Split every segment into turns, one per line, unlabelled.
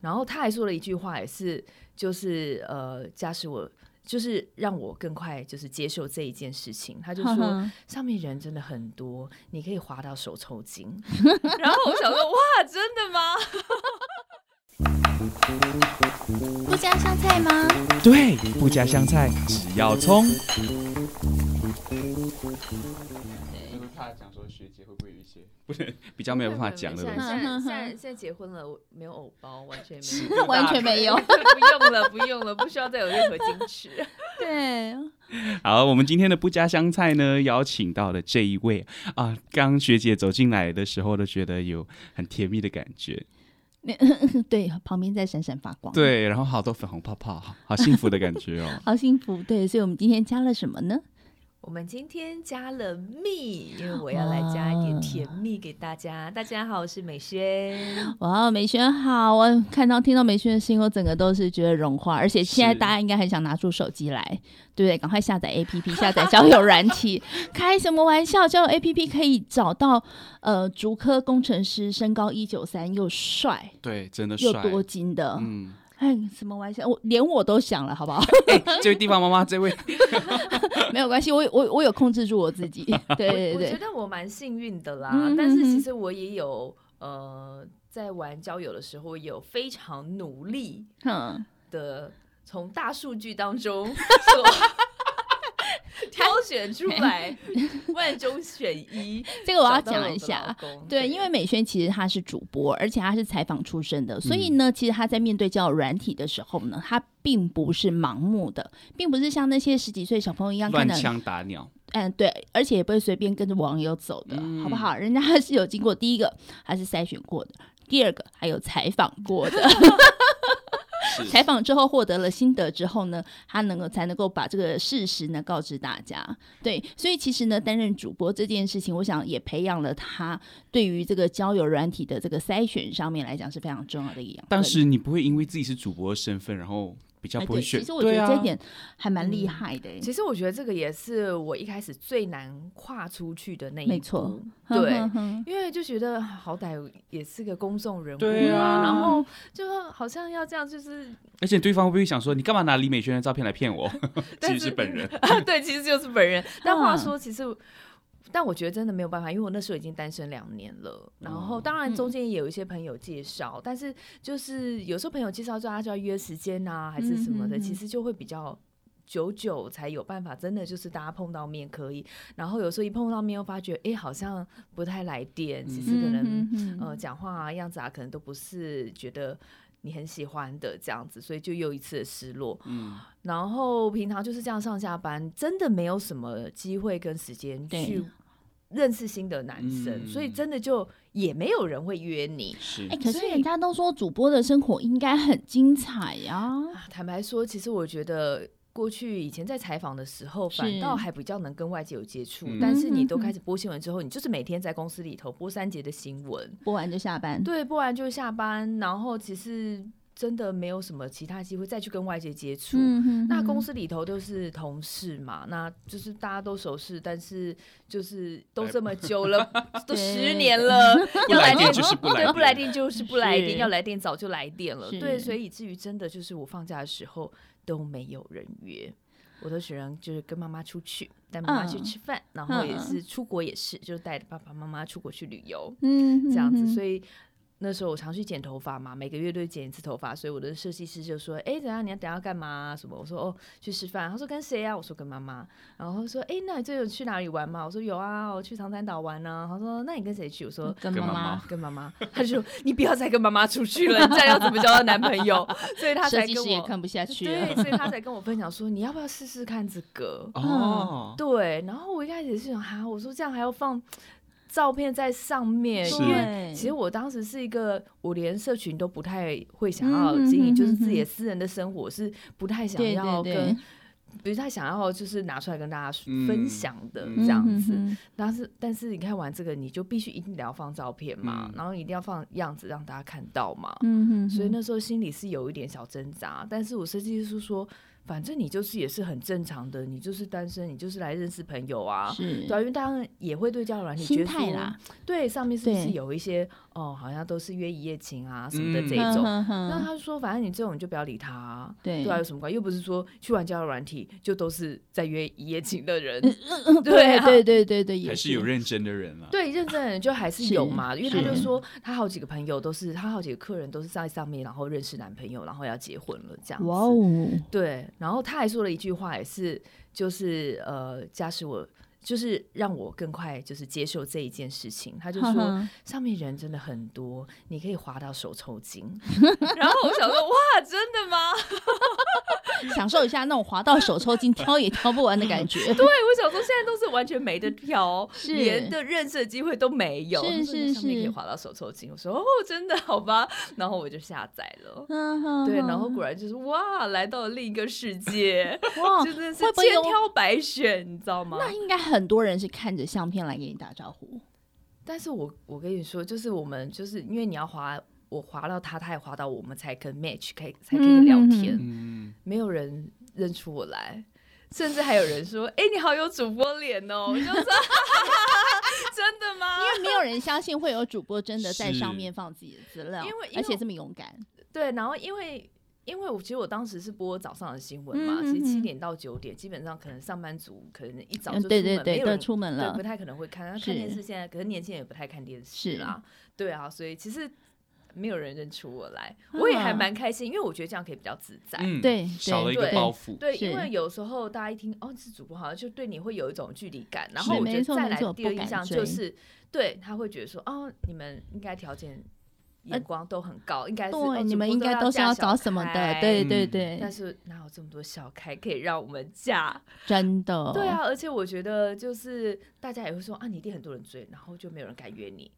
然后他还说了一句话，也是就是呃，加使我就是让我更快就是接受这一件事情。他就
哼
说
哼
上面人真的很多，你可以滑到手抽筋。 然后我想说，哇，真的吗？
不加香菜吗？
对，不加香菜，只要葱。
就是哎怕讲说学姐会不会有一些不能比较
没
没有办法讲的
现
东
在
西。
现在
嗯
现在现在结婚了，我没有偶包，完全
是
没有，
完全没 有
不用了，不用了，不需要再有任何矜持。
对，啊
好，我们今天的不加香菜呢，邀请到了这一位啊，刚学姐走进来的时候都觉得有很甜蜜的感觉，
对，旁边在闪闪发光，，。
对，然后好多粉红泡泡，好好幸福的感觉哦
好幸福。对，所以我们今天加了什么呢？
我们今天加了蜜，因为我要来加一点甜蜜给大家。大家好，我是美萱。
哇，美萱好！我看到听到美萱的信，我整个都是觉得融化，而且现在
是
大家应该很想拿出手机来，对不对？赶快 下载 APP，下载交友软体，开什么玩笑？交友 APP 可以找到呃，竹科工程师，身高一九三，又帅
对，真的
又
帅，
多金的，
嗯，
哎，什么玩笑？我连我都想了，好不好？
哎、这位地方妈妈，这 位
没有关系，我我我有控制住我 自己，对对
我觉
对，
得我蛮幸运的啦，
嗯
但是
嗯
其
嗯
实我也有呃，在玩交友的时候有非常努力
嗯，
的从大数据当中 所挑选出来，万中选一。
这 个我要
找到了
讲一
的老
下，
公，
对，因为美萱其实她是主播，而且她是采访出身的，所以
嗯
呢，其实她在面对交友软体的时候呢，她并不是盲目的，并不是像那些十几岁小朋友一样看
乱
到，
枪打鸟，
嗯，对，而且也不会随便跟着网友走的，好不
嗯
好？人家还是有经过第一个，还是筛选过的。第二个还有采访过的，
是
采访之后获得了心得之后呢，他能够才能够把这个事实呢告知大家。对，所以其实呢，担任主播这件事情，我想也培养了他对于这个交友软体的这个筛选上面来讲是非常重要的一样。
当时你不会因为自己是主播的身份，然后比较
哎
不会
对，
选，
其实我觉
对
得
啊
这一点还蛮厉
嗯
害的、欸
其实我觉得这个也是我一开始最难跨出去的那一步。
没错，
对
哼哼哼
因为就觉得好歹也是个公众人物，
对
嗯
啊
然后就好像要这样，就是，
而且对方会不会想说，你干嘛拿李美萱的照片来骗我？
但 啊
其实是 本人，
对，其实就是本人。但
嗯
话说，其实。但我觉得真的没有办法，因为我那时候已经单身两年了。然后
嗯
当然
嗯
中间也有一些朋友介绍，但是就是有时候朋友介绍之后，他就要约时间啊，还是什么的，
嗯嗯嗯
其实就会比较久久才有办法，真的就是大家碰到面可以。然后有时候一碰到面又发觉，哎、好像不太来电，其实可能、
嗯哼哼
呃讲话啊样子啊，可能都不是觉得你很喜欢的这样子，所以就又一次的失落。
嗯，
然后平常就是这样上下班，真的没有什么机会跟时间
对
去认识新的男生，
嗯
所以真的就也没有人会约你。
是
哎、可
所
是
以
人家都说主播的生活应该很精彩呀、
啊坦白说，其实我觉得。过去以前在采访的时候，
是
反倒还比较能跟外界有接触，
嗯
但是你都
嗯哼
开始播新闻之后，你就是每天在公司里头播三节的新闻，
播完就下班。
对，不然就下班，然后其实真的没有什么其他机会再去跟外界接触。
嗯哼
那
哼
公司里头都是同事嘛，那就是大家都熟识，但是就是都这么久了， 都十年了，
哎不
要
来
电
电就 是不
不
来
哦
不来
电。
电就是不来电，
是
要来电早就来电了。
是
对，所以以至于真的就是我放假的时候都没有人约，我都只能就是跟妈妈出去，带妈妈去
嗯
吃饭，然后也
嗯
是出国也是，就是带着爸爸妈妈出国去旅游。
嗯
这样子，
以。
所以那时候我常去剪头发嘛，每个月都会剪一次头发，所以我的设计师就说：“哎、怎样？你要等下干嘛啊、什么？”我说：“哦，去吃饭。”他说：“跟谁啊？”我说：“跟妈妈。”然后他说：“哎、那你最近有去哪里玩吗？”我说：“有啊，我去长滩岛玩呢、他说：“那你跟谁去？”我说。
跟
跟
妈
妈妈
跟妈妈，他就说你不要再跟妈妈出去了，你这样要怎么交到男朋友？ 所以他
设
才
计
跟
师也
我，
看不下去啊了。
对，所以他才跟我分享说，你要不要试试看这个？
嗯
哦，
对，然后我一开始是想，哈，我说这样还要放照片在上 面，
是
因为
对
其实我当时是一个，我连社群都不太会想要
嗯哼
经营，
哼
就是
哼
自己的
哼
私人的生活是不太想
对
要
对
跟，
对，
不太想要就是拿出来跟大家
嗯
分享的
嗯
这样子。
嗯哼哼
但是但是你看完这个，你就必须一定得要放照片嘛，
嗯
然后一定要放样子让大家看到嘛。
嗯哼哼，
所以那时候心里是有一点小挣扎，但是我设计师说，反正你就是也是很正常的，你就是单身，你就是来认识朋友啊。
是
对啊，因为当然也会对交友软体
心
觉得
态
说
啦，
对上面是不是
对
有一些哦，好像都是约一夜情啊什么的这一种。
嗯哼哼
那
哼
他就说，反正你这种你就不要理他、啊，
对
对啊，有什么关系？又不是说去玩交友软体就都是在约一夜情的人，对
嗯对
啊
对对对对，也
还是有认真的人了。啊
对，认真的人就还是有嘛，因为他
是
就说他好几个朋友都是，他好几个客人都是在上面，然后认识男朋友，然后要结婚了这样子。
哇哦，
对，然后他还说了一句话，也是就是呃，加使我就是让我更快就是接受这一件事情。他就
哈
说
哈
上面人真的很多，你可以滑到手抽筋。 然后我想说，哇，真的 吗？
享受一下那种滑到手抽筋、挑也挑不完的感觉。
对，我想说现在都是完全没得挑，
是
连的认识的机会都没有。
是
他说
是
那上面可以
是
滑到手抽筋。我说哦，真的好吧，然后我就下载了。对，
对
然后果然就是哇，来到了另一个世 界，
哇，
真的是
哦会不会
千
有
挑百选，你知道吗？
那应该很多人是看着相片来给你打招呼。
但是我我跟你说，就是我们就是因为你要滑，我滑到他，他也滑到我们才跟 match，可以才可以
嗯
聊天，
嗯，
没有人认出我来。甚至还有人说：“哎、你好有主播脸哦！” 我就说：“真的吗
因为没有人相信会有主播真的在
是
上面放自己的资料，
因为因为
而且这么勇敢，？”
对，然后因为因为我其实我当时是播早上的新闻嘛，
嗯
其实七
嗯嗯
点到九点，基本上可能上班族可能一早就
嗯
出门，
对对
没
对，
有
都
人
出门
对，
了
不，太可能会看。他
是
看电视现在，可是年轻人也不太看电视
是
啦。对啊，所以其实没有人认出我来，我也还
啊
蛮开心，因为我觉得这样可以比较自在。
嗯
哎对
少了一个
对
包袱。
对，
是
因为有时候大家一听哦是主播，好像就对你会有一种距离感，然
是
后我觉
没
得
错
再
没
来
错
第二
不
印
敢
象
追
就是，对他会觉得说哦，你们应该条件
呃
眼光都很高，应该是哦
对，你
主
们
播
应该都是
嫁
要
小
找什么的，
开
对对
嗯
对
但，是哪有这么多小开可以让我们嫁？
真的，
对啊，而且我觉得就是大家也会说啊，你一定很多人追，然后就没有人敢约你。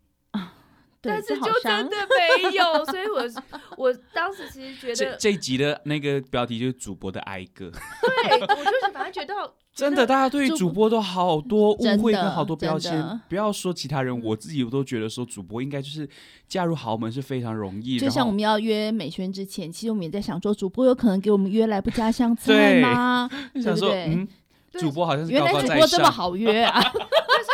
对，
但是
这好
就真
伤
的没有，所以我我当时其实觉
这
得，
这一集的那个标题就是主播的哀 歌，
对我就是反正觉得
真的，大家对于
主
主播都好多误会
真的
跟好多标
真
签
的。
不要说其他人，我自己我都觉得说主播应该就是嫁入豪门是非常容易，
就像我们要约美宣之前，其实我们也在想说，主播有可能给我们约来不家 乡菜
对
吗？
然后想说，
对不对
嗯，
对
主播好像是
原来
高 高
主
在
播这么
上，
好约 啊！
对，所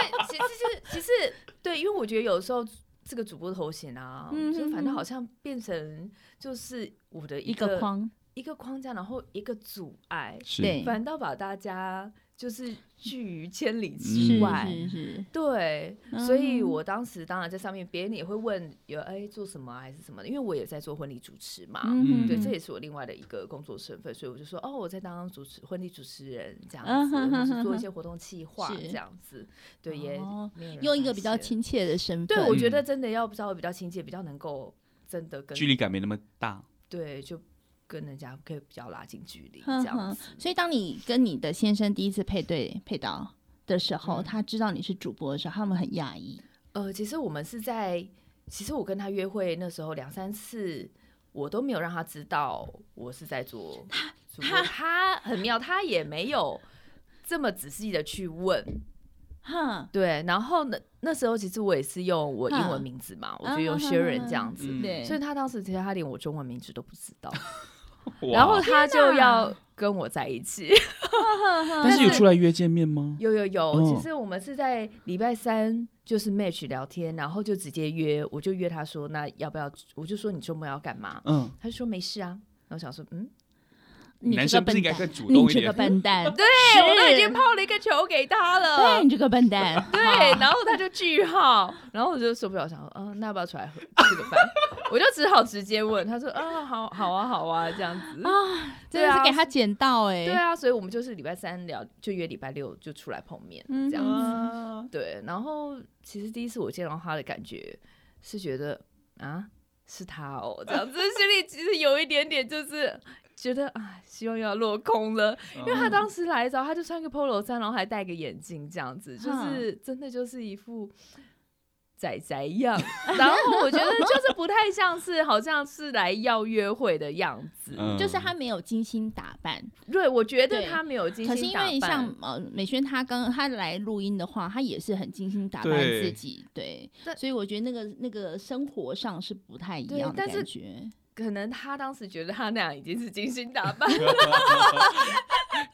以其实其实其实对，因为我觉得有时候这个主播头衔啊，
嗯
就反正
嗯
好像变成就是我的
一
个
个框，
一个框架，然后一个阻碍，
是
对，
反倒把大家就是拒于千里
是
之外。
是是，
对，所以
嗯
我当时当然在上面，别人也会问有哎做什么啊还是什么的，因为我也在做婚礼主持嘛，
嗯
啊对，
嗯
这也是我另外的一个工作身份，所以我就说哦，我在当主持婚礼主持人这样
嗯
子，
哼
或
哼
是
哼
做一
哼
些活动企划
是
这样子，对，也
哦
没有人
用一个
发
比较
现。
亲切的身份，
对，我觉
嗯
得真的要稍微比较亲切，比较能够真的跟
距离感没那么大。
对，就跟人家可以比较拉近距离
哼
这样
哼
子。
所以当你跟你的先生第一次配对配到的时候，他知道你是主播的时候，他们很讶异。
呃，其实我们是在，其实我跟他约会那时候两三次，我都没有让他知道我是在做主播。
他
他很妙，他也没有这么仔细的去问。
哈，
对，然后呢，那时候其实我也是用我英文
嗯
名字嘛，我
啊
就用
哈哈
Sharon
哈
这样子。
嗯
对，
所以他当时其实他连我中文名字都不知道，
哇
然后他就
天哪
要跟我在一起。
但是有出来约见面吗？
嗯有有有，
嗯
其实我们是在礼拜三就是 match 聊天，然后就直接约，我就约他说，那要不要？我就说你周末要干嘛？
嗯，
他就说没事啊。然后想说，嗯，
你
男
这个
生不是
笨
应该更
蛋，
主
你
动一
这个
点？
笨蛋，对
哎、我都已经抛了一个球给他了
对，。你这个笨蛋，
对，然后他就句号，然后我就受不了，想说，嗯、那要不要出来喝吃个 饭？我就只好直接问，他说，啊，好，好啊，好啊，这样子。
啊，
对
真的
啊
是给他捡到哎、
对啊，所以我们就是礼拜三聊，就约礼拜六就出来碰面，
嗯
这样子。
啊
对，然后其实第一次我见到他的感觉是觉得啊，是他哦，这 样子心里其实有一点点就是觉得啊，希望又要落空了，因为他
哦嗯
当时来的时候，他就穿个 polo 衫，然后还戴个眼镜，这样子，就
哈
是真的就是一副。仔仔样，然后我觉得就是不太像是，好像是来要约会的样子。
嗯
就是他没有精心打扮，
对，我觉得
对
他没有精
可是
心
因
打扮。
为像呃美萱她刚她来录音的话，她也是很精心打扮
对
自己，对，
但
所以我觉得那个那个生活上是不太一
对
样的
但是
感觉。
可能他当时觉得他那样已经是精心打扮了，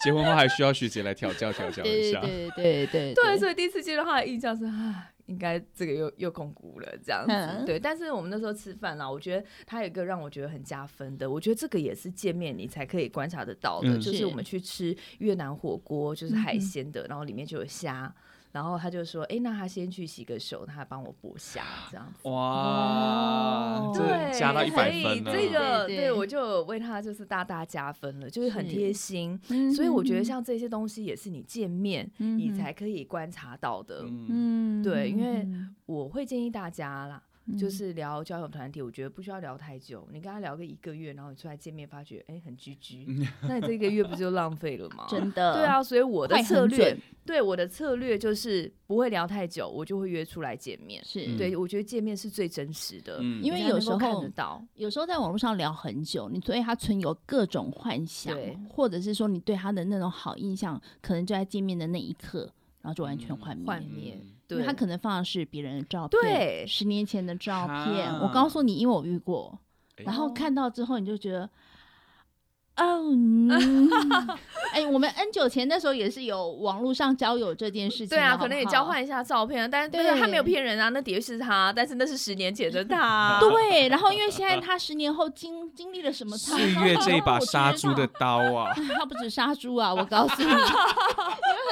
结婚后还需要学姐来调教调教一
对
下。
对对对对
对，所以第一次见到他的印象是啊，应该这个又又控股了这样子。
嗯
对，但是我们那时候吃饭啦，我觉得它有一个让我觉得很加分的，我觉得这个也是见面你才可以观察得到的，
嗯
就是
是
我们去吃越南火锅，就是海
嗯
鲜的，然后里面就有虾。然后他就说：“哎，那他先去洗个手，他还帮我剥虾，这样子。”
哇
哦，
这
对，
加到一百
可以
分了。
这个对
对对
我就有为他就是大大加分了，就是很
是
贴心。
嗯
所以我觉得像这些东西也是你见面
嗯
你才可以观察到的。
嗯
嗯
对因为
嗯
我会建议大家啦，
嗯
就是聊交友团体，我觉得不需要聊太久，你跟他聊个一个月，然后你出来见面，发觉哎很居居，
嗯
那你这个月不就浪费了吗？
真 的
对啊，所以我的
快
策
很
略
准，
对我的策略就是不会聊太久，我就会约出来见面。
是
嗯
对，我觉得见面是最真实的，
嗯
因为
你才
有
能
时
够看
候
得到。
有时候在网络上聊很久，你对他存有各种幻想
对，
或者是说你对他的那种好印象，可能就在见面的那一刻，然后就完全幻灭。
幻灭
嗯，
因
对
为他可能放的是别人的照片，
对
十年前的照片。
啊
我告诉你，因为我遇过，
哎。
然后
哦
看到之后你就觉得。哦，嗯哎、我们 N 九前那时候也是有网络上交友这件事情的，
对啊，
好不
可能也
好
交换一下照片啊，但是但
对
是他没有骗人啊，那的确是他，但是那是十年前的他啊
对，然后因为现在他十年后经经历了什么沧
岁
桑，
月
然后
这把
我知
杀猪的
道，
刀啊，
他不止杀猪啊，我告诉你，因 为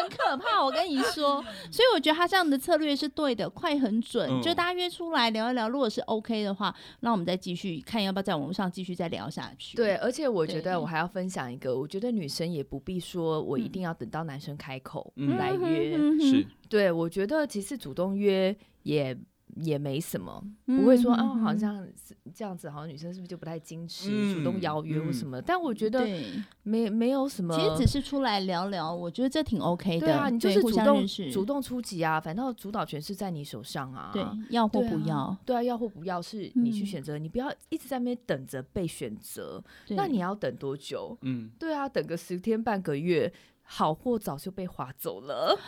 很可怕，我跟你说，所以我觉得他这样的策略是对的，快很准，
嗯
就大家约出来聊一聊，如果是 OK 的话，那我们再继续看要不要在网络上继续再聊下去。
对，，而且我觉
对
得我还要分享一个，我觉得女生也不必说我一定要等到男生开口来
嗯
约。
哎是
对，我觉得其实主动约也也没什么，不会说啊，
嗯
好像是这样子，好像女生是不是就不太矜持，
嗯
主动邀约或什么？但我觉得
对，
没没有什么，
其实只是出来聊聊，我觉得这挺 OK 的。
对啊，你就是
互
主
相
动
认识
主动出击啊，反倒主导权是在你手上啊。
对，要或
对
不
啊
要。
对啊，要或不要是你去
嗯
选择，你不要一直在那边等着被选择。
对
那你要等多久？
嗯，
对啊，等个十天半个月，好货早就被划走了。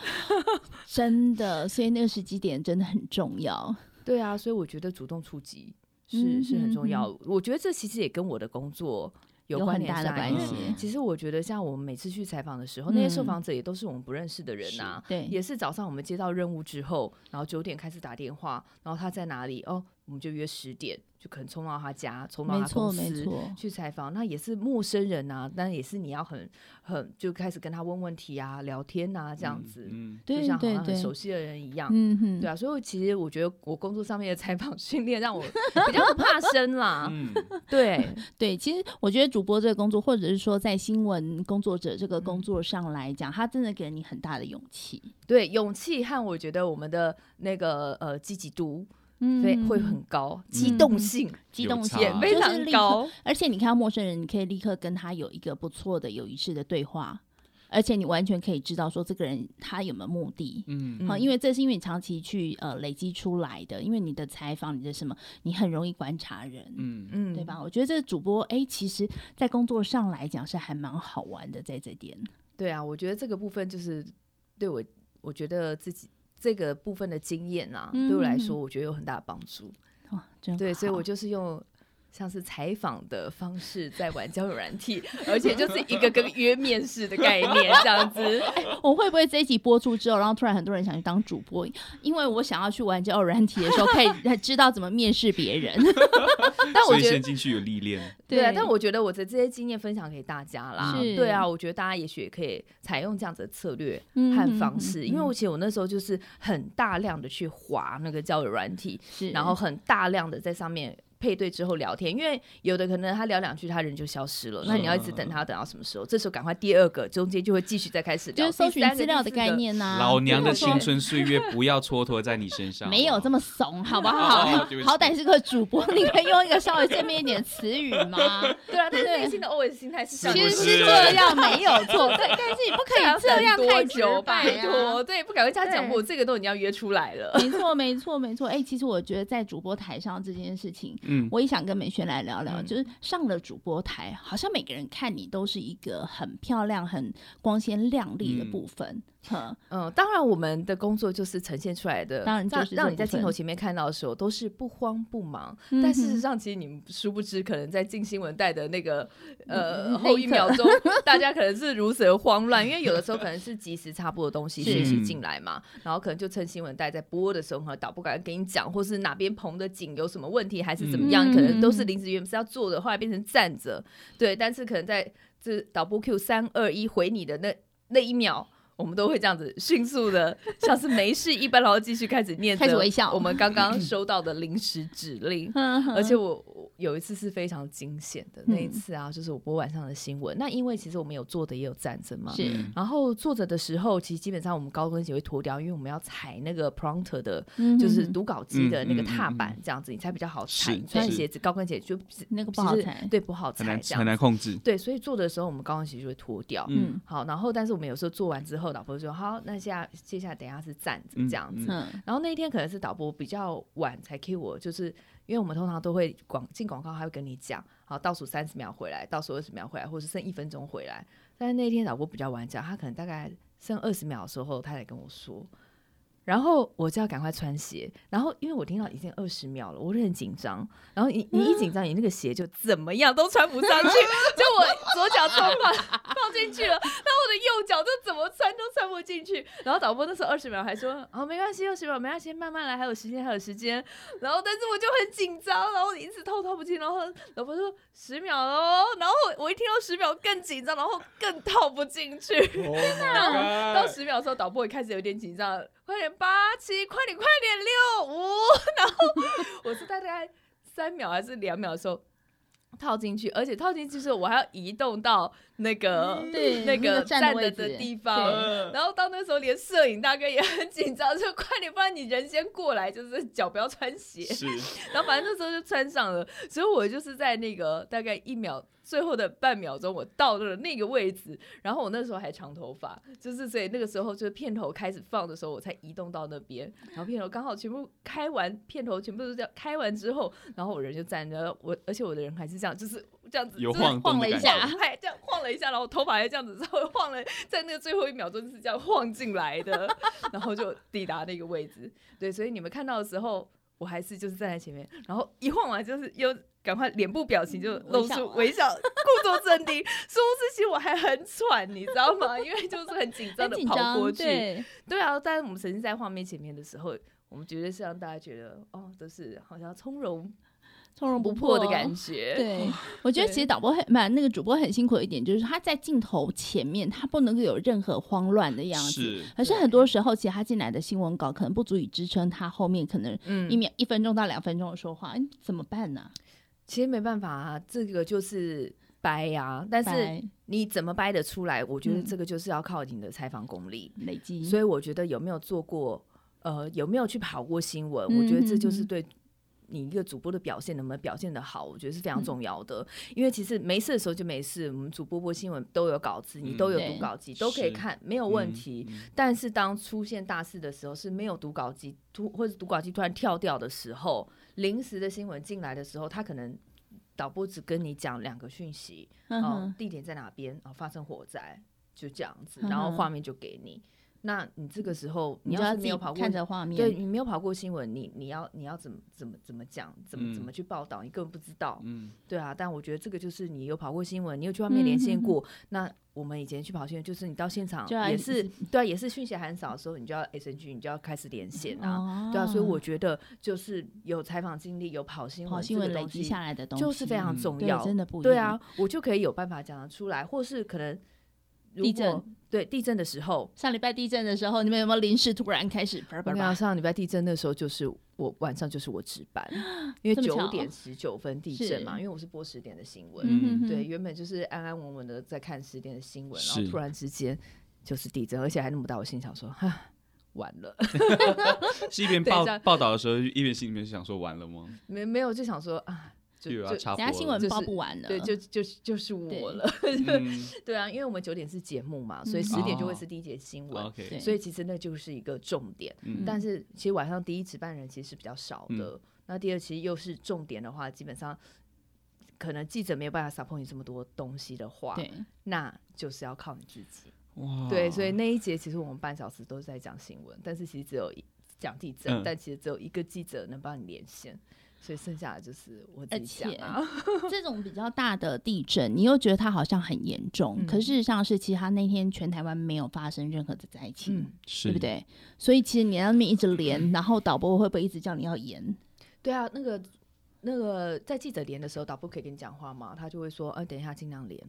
真的，所以那个时机点真的很重要。
对啊，所以我觉得主动出击
嗯
是是很重
哼
要。我觉得这其实也跟我的工作有关
很
联
大的
上来，因为
关系。
嗯
其实我觉得，像我们每次去采访的时候，那些受
嗯
访者也都是我们不认识的人呐、
对，
也是早上我们接到任务之后，然后九点开始打电话，然后他在哪里哦，我们就约十点，就可能冲到他家，冲到
没
他啊公
错
司，
没错，
去采访，那也是陌生人啊，但也是你要很很就开始跟他问问题啊、聊天啊这样子，
嗯，
对
就像好
对
像很
对，
熟悉的人一样。
嗯哼，
对啊，所以我其实我觉得我工作上面的采访训练让我比较不 怕生啦。
嗯，
对，
对，其实我觉得主播这个工作，或者是说在新闻工作者这个
嗯
工作上来讲，他真的给了你很大的勇气，
对，勇气和我觉得我们的那个呃积极度
嗯
会会很高，机
嗯
动性
激
有
动
差
性
也非常。
就是立刻
高。
而且你看到陌生人，你可以立刻跟他有一个不错的、有意识的对话，而且你完全可以知道说这个人他有没有目的。
嗯，
好，
嗯
因为这是因为你长期去呃累积出来的，因为你的采访、你的什么，你很容易观察人，
嗯，
嗯，
对？吧？我觉得这主播哎，其实在工作上来讲是还蛮好玩的，在这点。
对啊，我觉得这个部分就是对我，我觉得自己这个部分的经验啊，对我来说，
嗯
我觉得有很大的帮助。
哇，真
对，所以
好
我就是用像是采访的方式在玩交友软体，而且就是一个跟约面试的概念这样 子。
我会不会这一集播出之后，然后突然很多人想去当主播？因为我想要去玩交友软体的时候，可 以知道怎么面试别人。
但我
所以
觉
先
得。
进去有历练，
对啊，但我觉得我的这些经验分享给大家啦。
是
对啊，我觉得大家也许也可以采用这样子的策略
嗯
和方式，
嗯嗯
因为我其实我那时候就是很大量的去划那个交友软体，
是
然后很大量的在上面配对之后聊天，因为有的可能他聊两句他人就消失了，那你要一直等他等到什么时候？这时候赶快第二个，中间就会继续再开始
就
聊，
是搜
第
寻
三个
资料
第四
的概
个。
念啊呐、
老娘的
啊对
青春岁月不要蹉跎在你身上，哦
没有这
么
么怂，好不
哦
好？
对不起
好歹是个主播，你可以用一个稍微正面一点的词语 吗？
对啊，但是内心的 OS 心态是这样
是
其
的
实
不
是这样没有错，对，但是你不可以这样太
多
直
久？
白
拜
啊
托，对，不敢跟家讲，
对
我这个都已经要约出来了。
没错，没错，没错。哎、其实我觉得在主播台上这件事情，
嗯
我也想跟美萱来聊聊，
嗯
就是上了主播台，好像每个人看你都是一个很漂亮、很光鲜亮丽的部分，哼
嗯，当然我们的工作就是呈现出来的，
当然就
让
是这
让你在
部分
镜头前面看到的时候都是不慌不忙，
嗯
但事
哼
实上其实你殊不知，可能在进新闻带的那个
嗯
呃
那
后
一
一
刻
秒 钟，大家可能是如此的慌乱，因为有的时候可能是即时插播的东西
是
讯息进来嘛，然后可能就趁新闻带在播的时候，可能导播赶快跟你讲，或是哪边棚的景有什么问题，还是怎么样，
嗯
可能都是临时原本是要坐的，后来变成站着，对，但是可能在这导播 Q 三二一回你的那那一秒。我们都会这样子迅速的，像是没事一般，然后继续开始念着
开始微笑
我们刚刚收到的临时指令，
哼嗯哼
而且我我有一次是非常惊险的那一
嗯
次啊，就是我播晚上的新闻。那因为其实我们有坐的也有站着嘛，
是
嗯
然后坐着的时候，其实基本上我们高跟鞋会脱掉，因为我们要踩那个 prompter 的，
嗯
就是
哼哼
读稿机的那个
嗯嗯嗯
踏
嗯
板，这样子你才比较好
是
踩。你穿
是
鞋子高跟鞋就
那个不好
就是
踩，
对不好
很
踩
难
这
很
样
难
子。
控制。
对，所以做的时候我们高跟鞋就会脱掉。
嗯
好，然后但是我们有时候做完之后，老婆就说好，那下接下来等一下是站着
嗯
这样子。
嗯
嗯
然后那一天可能是导播比较晚才 cue 我，就是因为我们通常都会广进广告，还会跟你讲，好倒数三十秒回来，倒数二十秒回来，或者剩一分钟回来。但是那一天导播比较晚讲，他可能大概剩二十秒的时候，他才跟我说。然后我就要赶快穿鞋，然后因为我听到已经二十秒了，我就很紧张。然后你你一紧张，你那个鞋就怎么样都穿不上去，就我左脚穿放放进去了，然后我的右脚就怎么穿都穿不进去。然后导播那时候二十秒还说：“哦，没关系，二十秒没关系，慢慢来，还有时间，还有时间。”然后但是我就很紧张，然后一直偷偷不进，然后导播说十秒喽，然后我一听到十秒更紧张，然后更套不进去。
Oh
到十秒的时候，导播也开始有点紧张了，快点八七，快点快点六五，然后我是大概三秒还是两秒的时候。套进去，而且套进去之后，我还要移动到那个
嗯对
那
那
个
个站的
站
位
着
置
的地方。
嗯
然后到那时候，连摄影大哥也很紧张，就快点，不然你人先过来，就是脚不要穿鞋。
是
然后反正那时候就穿上了，所以我就是在那个大概一秒最后的半秒钟，我到了那个位置，然后我那时候还长头发，就是所以那个时候就是片头开始放的时候，我才移动到那边，然后片头刚好全部开完，片头全部都是这样开完之后，然后我人就站着，我而且我的人还是这样，就是这样子
有
就是
晃动
晃了
的
一
感
下
觉，
还这样晃了一下，然后头发还这样子稍微晃了，在那个最后一秒钟是这样晃进来的， 然后就抵达那个位置。对，所以你们看到的时候，我还是就是站在前面，然后一晃完就是又赶快脸部表情
嗯
就露出微笑，故作镇定。殊不知其实我还很喘，你知道吗？因为就是很紧张
很
的
紧
跑过
张，
去。
对，
对啊，但是我们曾经在画面前面的时候。我们绝对是让大家觉得，哦，都是好像从容
从容
不
不
迫的
觉。
感觉。
对，我觉得
对
其实导播很，蛮那个主播很辛苦的一点，就是他在镜头前面，他不能够有任何慌乱的样子。
是
可是
对
很多时候，其实他进来的新闻稿可能不足以支撑他后面可能
嗯
一秒、一分钟到两分钟的说话，哎怎么办呢、
其实没办法啊，这个就是掰啊。但是
拜
你怎么掰得出来？我觉得
嗯
这个就是要靠你的采访功力。
累积，
所以我觉得有没有做过，呃，有没有去跑过新闻？
嗯
我觉得这就是
嗯嗯
对。你一个主播的表现能不能表现得好，我觉得是非
嗯
常重要的。因为其实没事的时候就没事，我们主播播新闻都有稿子，你都有
嗯对
读稿机，都可以
是
看，没有问题。。
嗯嗯
但是当出现大事的时候，是没有读稿机突或者读稿机突然跳掉的时候，临时的新闻进来的时候，他可能导播只跟你讲两个讯息，
嗯
哦、
哼
地点在哪边，哦，发生火灾，就这样子，
嗯哼嗯
然后画面就给你。那你这个时候，
你
你
就要
要
自
是没
己
有跑过
看着画面，
对你没有跑过新闻，你你要你要怎么怎么怎么讲，怎么
嗯
怎么去报道，你根本不知道。
嗯，
对啊，但我觉得这个就是你有跑过新闻，你有去外
嗯
面连线过。那我们以前去跑新闻，就是你到现场
就要
也是对啊，也是讯息很少的时候，你就要 S N G，你就要开始连线啊。
哦
对啊，所以我觉得就是有采访经历，有跑新闻，
跑新闻累积
积
下来的东西
就是非常
嗯
重
对
要。
真的不一
对
样
啊，，我就可以有办法讲得出来，或是可能如
地
果
震
对地震的时候，
上礼拜地震的时候，你们有没有临时突然开始叭叭
我跟你讲，
叭？
啊上礼拜地震那时候就是我晚上就是我值班，因为
啊这么巧
九点十九分地震嘛，
是
因为我是播十点的新闻，
嗯哼哼
对，，原本就是安安稳稳的在看十点的新闻，然后
是
突然之间就是地震，而且还那么大，我心想说，哈，完了，
是一边
对
报
这样
报道的时候，一边心里面想说完了吗？
没没有就想说啊，就
又要
就
插
等下
播
新
了
闻
就是
报不完了，
对，就就就是我了，
嗯
对啊，因为我们九点是节目嘛，所以
嗯
十点就会
哦
是第一节新闻，
，OK，
对
所以其实那就是一个重点。
嗯
但是其实晚上第一值班人其实是比较少的，
嗯
那第二其实又是重点的话，基本上可能记者没有办法 support 你这么多东西的话，
对，
那就是要靠你自己。
哇
对，所以那一节其实我们半小时都是在讲新闻，但是其实只有一讲记者，
嗯
但其实只有一个记者能帮你连线，所以剩下的就是我自
而
己讲
且
啊。
这种比较大的地震，你又觉得它好像很严重，
嗯
可事实上是，其实它那天全台湾没有发生任何的灾情。
嗯，
是
对不？对？所以其实你在那边一直连，然后导播会不会一直叫你要延？
对啊，那个那个在记者连的时候，导播可以跟你讲话吗？他就会说，呃，等一下尽量连，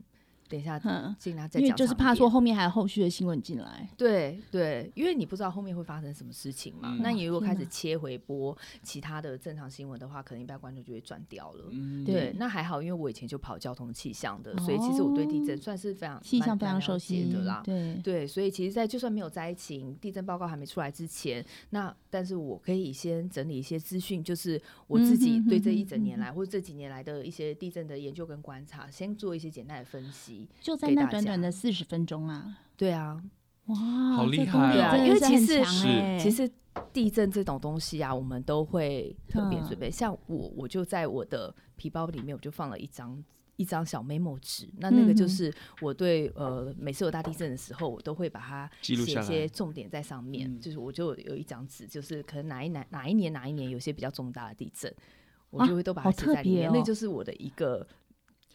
等一下
哼，
尽量再
因
讲长一点。
为就是怕说后面还有后续的新闻进来。
对对，因为你不知道后面会发生什么事情嘛。
嗯
那你如果
天
开
哪
始切回播其他的正常新闻的话，可能一般观众就会转掉了。
嗯
对
对，那还好，因为我以前就跑交通气象的，所以其实我对地震
哦
算是非常
气
蛮
象非
蛮
常
了
熟
解
悉
的啦。
对，
对，所以其实，在就算没有灾情，地震报告还没出来之前，那但是我可以先整理一些资讯，就是我自己
嗯哼
对
哼
这一
哼
整年
哼
来或者这几年来的一些地震的研究跟观察，先做一些简单的分析。
就在
给
那
大
短短
家
的四十分钟啊，
对啊，
哇，
好
这
厉
功力
害哦
真的
因为
是
其
很
实
强
是
欸
其实地震这种东西啊，我们都会特
嗯
别准备。像我，我就在我的皮包里面，我就放了一张。一张小 memo 纸，那那个就
嗯哼
是我对、呃，每次有大地震的时候，我都会把它
记录
写
下
一些
来
重点在上面。
嗯
就是我就有一张纸，就是可能哪一哪哪一年哪一年有些比较重大的地震，我
啊
就会都把
好
它写
特
在里
别
面。
哦
那就是我的一个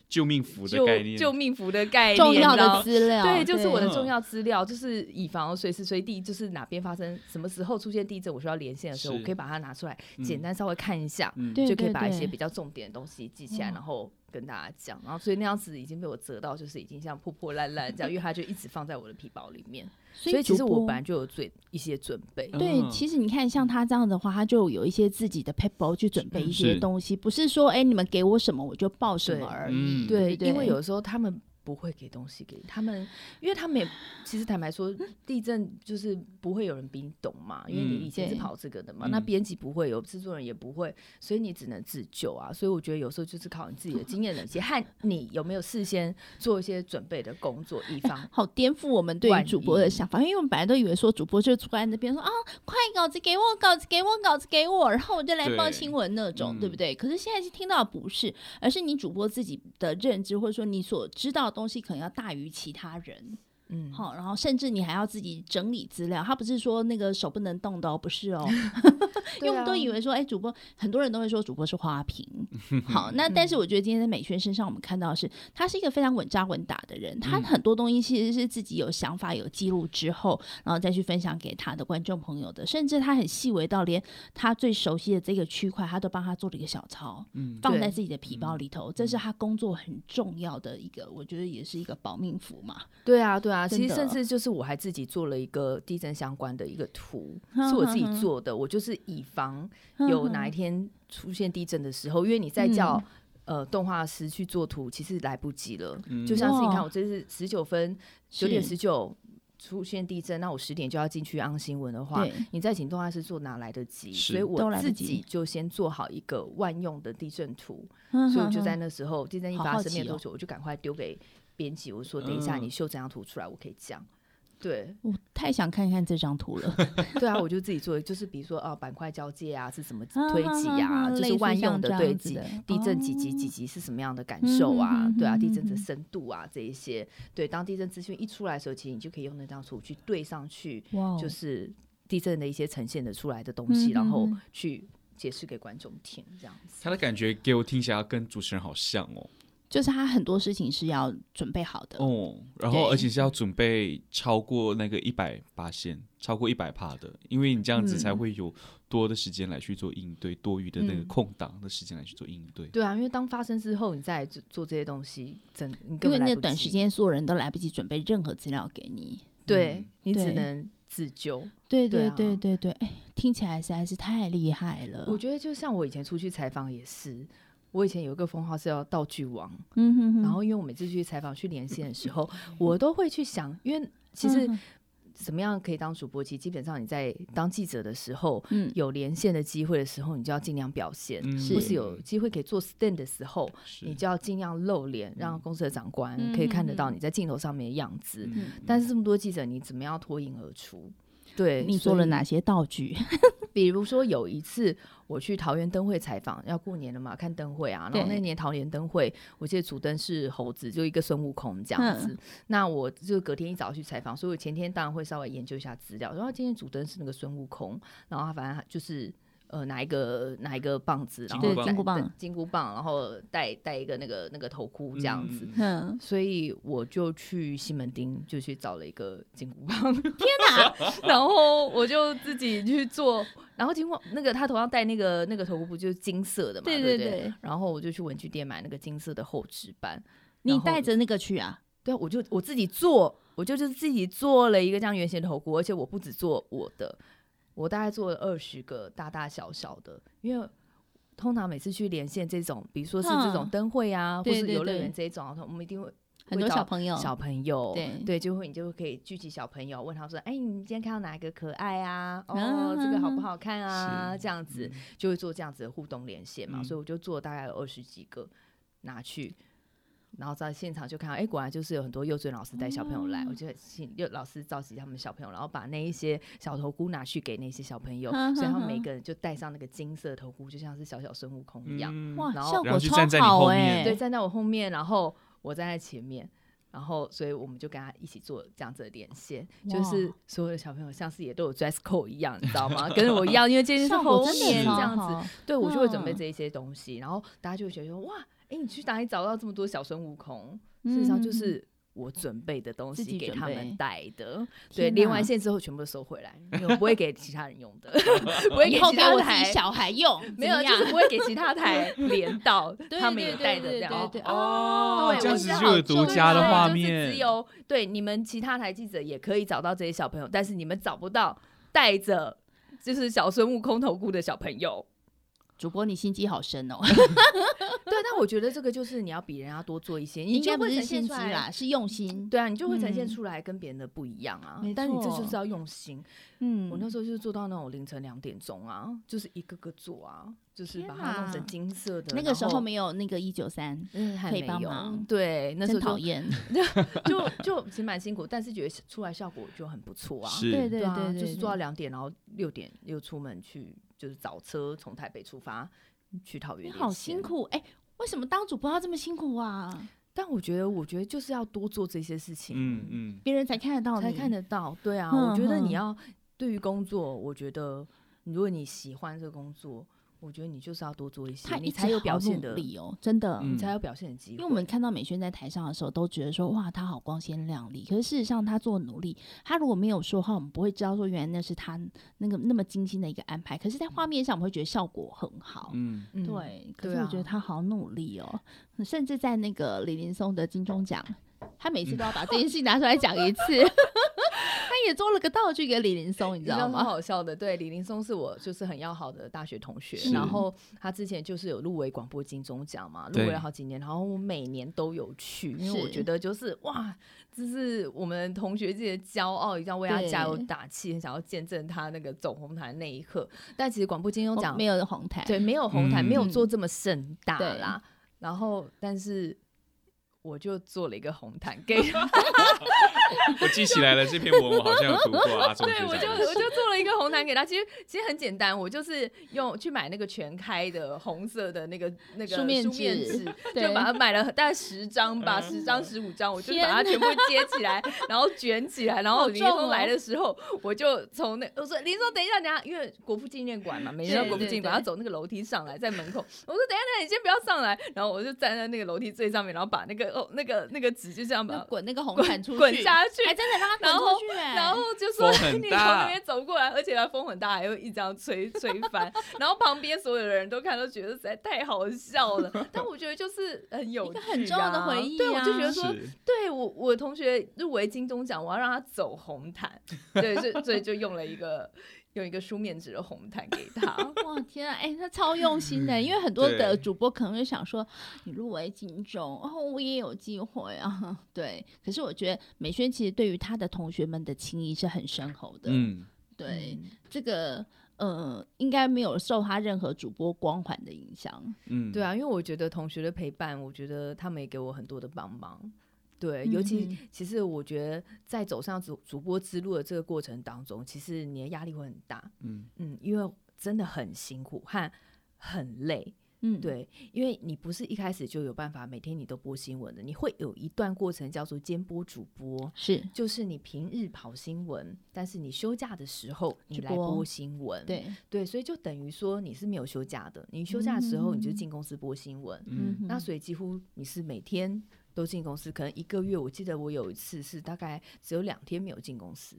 救命符的
救
概念，
救命符的概念，
重要
你知道
的资料，
对，就是我的
对
重要资料，就是以防随时随地，就是哪边发生什么时候出现地震，我需要连线的时候，
是
我可以把它拿出来，
嗯
简单稍微看一下，
嗯
对
就可以把一些
对嗯
比较重点的东西记起来，
哇
然后跟大家讲。然后所以那样子已经被我折到，就是已经像破破烂烂这样，因为它就一直放在我的皮包里面。
所
所以其实
主
我
播
本来就有做一些准备。
对，
嗯
其实你看，像他这样的话，他就有一些自己的 paper 去准备一些
是
东西，不是说哎、你们给我什么我就报什
对
么而已。
嗯，
对，
对
因为有时候他们不会给东西给你，他们，因为他们也其实坦白说，地震就是不会有人比你懂嘛，因为你
嗯
以前是
对
跑这个的嘛，
嗯
那编辑不会有，制作人也不会，所以你只能自救啊。所以我觉得有时候就是靠你自己的经验累积和你有没有事先做一些准备的工作，以 防
好颠覆我们对于
万
主播的
一
想法，因为我们本来都以为说主播就坐在那边说啊，快稿子给我，稿子给我，稿子给我，然后我就来报
对
新闻那种，对
嗯
不对？可是现在是听到的不是，而是你主播自己的认知，或者说你所知道的东西可能要大于其他人，
嗯，
好、然后甚至你还要自己整理资料，他不是说那个手不能动的哦，不是哦，因为
啊
我们都以为说，哎、主播很多人都会说主播是花 瓶。好，那
嗯
但是我觉得今天在美萱身上，我们看到的是他是一个非常稳扎稳打的人，他
嗯
很多东西其实是自己有想法、有记录之后，然后再去分享给他的观众朋友的，甚至他很细微到连他最熟悉的这个区块，他都帮他做了一个小抄，
嗯
放
对
在自己的皮包里头，这是他工作很重要的一个，我觉得也是一个保命符嘛。
对啊，对啊，
真
其实甚
的
至就是我还自己做了一个地震相关的一个图，是我自己做的。我就是以防
嗯
有哪一天出现地震的时候，因为你再叫、
嗯
呃动画师去做图，其实来不及了。
嗯
就像是你看，
哇
我这是十九分九点十九出现地震，那我十点就要进去安新闻的话
对。
你再请动画师做哪来得及？
是
所以
都
我
来不
自
及
己就先做好一个万用的地震图，
哼，
所以我就
嗯哼
在那时候地震一
好
发
好
生
奇
没有多
哦
久，我就赶快丢给编辑，我说等一下
嗯
你修整张图出来，我可以讲。对
嗯我太想看看这张图 了。
对啊，我就自己做，就是比如说啊，板块交界啊是怎么
啊
推挤啊，就是万用的对几地震几级几，级是什么样的感受啊
哦嗯哼哼？
对啊，
哼
地
哼
震的
哼
深度啊这一些，对，当地震资讯一出来的时候，其实你就可以用那张图去对上去，
类似像这样子的哦哇哦，
就是地震的一些呈现的出来的东西，然后
嗯哼
去解释给观众听，这样子。
他的感觉给我听起来跟主持人好像哦，
就是他很多事情是要准备好的。
哦，然后
对
而且是要准备超过那个一百八线，超过一百帕的，因为你这样子
嗯
才会有多的时间来去做应对，多余的那个
嗯
空档的时间来去做应对。
对啊，因为当发生之后，你再做做这些东西，真你
因
根
为
本
那
来不
短
及
时，间所有人都来不及准备任何资料给你。
对
嗯
你只
对
能自救。
对
对
对
啊
对对对，哎、听起来实在是太厉害了。
我觉得就像我以前出去采访也是，我以前有一个封号是叫道具王，
嗯哼哼，
然后因为我每次去采访去连线的时候，我都会去想，因为其实
嗯
怎么样可以当主播，其实基本上你在当记者的时候，
嗯
有连线的机会的时候，你就要尽量表现。
嗯
是
或是有机会可以做 stand 的时候，
是
你就要尽量露脸，让公司的长官
嗯
可以看得
嗯
到
嗯
你在镜头上面的样子。
嗯
但是这么多记者，你怎么样脱颖而出？对，
你
所
做了
以
哪些 道具？
比如说有一次我去桃园灯会采访，要过年了嘛，看灯会啊。然后
对
那年桃园灯会，我记得主灯是猴子，就一个孙悟空这样
嗯
子。那我就隔天一早去采访，所以我前天当然会稍微研究一下资料。然后今天主灯是那个孙悟空，然后他反正他就是。呃，拿一个拿一个棒子，然
金
后戴
金箍
箍棒
棒
戴金箍棒，然后戴戴一个那个那个头箍这样子，
嗯，
所以我就去西门町，就去找了一个金箍棒。 天哪！ 然后我就自己去做，然后金箍那个他头上戴那个那个头箍不就是金色的嘛？
对
对
对
不
对
然后我就去文具店买那个金色的厚纸板。
你
然后
带着那个去啊？
对啊，我就我自己做，我就是自己做了一个这样圆形的头箍，而且我不止做我的，我大概做了二十个大大小小的，因为。通常每次去连线这种，比如说是这种
嗯
灯会啊，
对
或是
对
游乐
对
园这一种，啊我们一定会
很多
会找
小朋友，
小朋友，
对
就会你就可以聚集小朋友，问他说：“哎，你今天看到哪一个可爱啊？哦，
啊
这个好不好看啊？”
是
这样
嗯
子就会做这样子的互动连线嘛，
嗯
所以我就做了大概有二十几个拿去。然后在现场就看到，哎，果然就是有很多幼稚园老师带小朋友
嗯
来，我就请幼老师召集他们小朋友，然后把那一些小头箍拿去给那些小朋友，
嗯哼
所以他们
哼
每
哼
个人就戴上那个金色头箍，就像是小小孙悟空一样。
嗯
哇，
然后
效
然
果
后就站在
超
你
好
后
哎、
面
对，站在我后面，然后我站在前面，然后所以我们就跟他一起做这样子的连线，就是
哇
所有的小朋友像是也都有 dress code 一样，你知道吗？跟 我一样，因为今天是
效
猴
果真的
年
超
这样子，
好，
对我就会准备
嗯
这一些东西，然后大家就会觉得说哇，哎，你去哪里找到这么多小孙悟空？事实上就
嗯
是。我准备的东
自
西
己
给
准
他
备
们带的， 对，
天
连
哪
完线之后全部都收回来，因为我不会给其他人用 的，不会给
以后
其
给
他
嗯我自
台
己小孩用，
没有，
怎么
就
样
是不会给其他台 连到
对
他们
对
也
对
带的
对
这样。哦
对对
哦
对
这样
我
子
是
就
好
有独
重要
家的画
就是
面，
只有对你们其他台记者也可以找到这些小朋友，但是你们找不到带着就是小孙悟空头箍的小朋友。
主播你心机好深哦，
对，但我觉得这个就是你要比人家多做一些，你
应该
就
不
会
是
呈现
心
出
机
来
啦，是用心。
对啊，你就会呈现
嗯
出来跟别人的不一样啊。
没
但你这就
嗯错
是要用心。
嗯
我那时候就是做到那种凌晨两点钟啊，就是一个个做啊，就是
天
把它弄
哪
成金色的。
那个
然
时
后
候没有那个一九三，
嗯，还
可以
没
帮
有
忙
对，那时
真
候
讨
就
厌。
就就其实蛮辛苦，但是觉得出来效果就很不错啊。
是
对对
啊，
对，
就是做到两点，然后六点又出门去，就是早车从台北出发去桃园。
你好辛。苦哎。为什么当主播要这么辛苦啊？
但我觉得，我觉得就是要多做这些事情，
嗯嗯，
别人才看得到
才
你，
看得到。对啊，
嗯
我觉得
嗯
你要对于工作，我觉得如果你喜欢这个工作，我觉得你就是要多做一些，
他
你
一
才
直
有
好
表现
努
的，
力哦，真的。
你
嗯
才有表现的机会。
因为我们看到美萱在台上的时候，都觉得说哇，她好光鲜亮丽。可是事实上，她做的努力，她如果没有说话，我们不会知道说原来那是她那个那么精心的一个安排。可是，在画面上，我们会觉得效果很好。
嗯，
嗯，
对，可
对
是我
啊
觉得她好努力哦，甚至在那个李林松的金钟奖，她每
嗯
次都要把这件事情拿出来讲一次。她也做了个道具给李林松，你
你
知道
很
吗？
好笑的，对，李林松是我就是很要好的大学同学
是，
然后他之前就是有入围广播金钟奖嘛，入
对
围了好几年，然后我每年都有去，因为我
是
觉得就是哇，这是我们同学界的骄傲，一定要为他
对
加油打气，很想要见证他那个走红毯那一刻。但其实广播金钟奖
没有红毯，
哦对，没有红毯，没有
嗯
做这么盛大
对
啦。然后，但是我就做了一个红毯给 他
我记起来了，这篇文我好像有读过啊，中学
对，我就我就做了一个红毯给他。其实其实很简单，我就是用去买那个全开的红色的那个那个
书面
书
纸
面纸，
对
就把它买了大概十张吧，十张十五张，我就
天
把它全部接起来，然后卷起来，然后
好
林
重
松
哦
来的时候，我就从那我说林松，等一下，等一下，因为国父纪念馆嘛，每天到
对
国父
对
纪念馆
对
要走那个楼梯上来，在门口，我说等一下，等一下，你先不要上来，然后我就站在那个楼梯最上面，然后把那个哦那个那个纸就这样把
要
它
滚那个红
滚
毯出去，
滚下去
还真的让她
然
滚
后
出去、哎
然后就说
风很
你从
大
那边走过来，而且它风很大，还会一直这样吹吹翻。然后旁边所有的人都看，都觉得实在太好笑了。但我觉得就是很有、
一个很重要的回忆啊
对，我就觉得说，
是
对我我同学入围金钟奖，我要让他走红毯。 对，所以所以就用了一个用一个书面纸的红毯给他。
哇天啊，哎、他超用心
嗯
的，因为很多
对
的主播可能会想说，你入围金钟，哦，我也有机会啊，对。可是我觉得美萱其实对于她的同学们的情谊是很深厚的，
嗯，
对、这个呃，应该没有受她任何主播光环的影响，
嗯，
啊对啊，因为我觉得同学的陪伴，我觉得他们也给我很多的帮忙。对，尤其、
嗯
其实我觉得在走上主主播之路的这个过程当中，其实你的压力会很大，
嗯，
嗯，因为真的很辛苦和很累，
嗯，
对，因为你不是一开始就有办法每天你都播新闻的，你会有一段过程叫做兼播主播，
是，
就是你平日跑新闻，但是你休假的时候你
去
来
播
播新闻，
对，
对，所以就等于说你是没有休假的，你休假的时候你就进公司播新闻，
嗯
那所以几乎你是每天都进公司，可能一个月，我记得我有一次是大概只有两天没有进公司，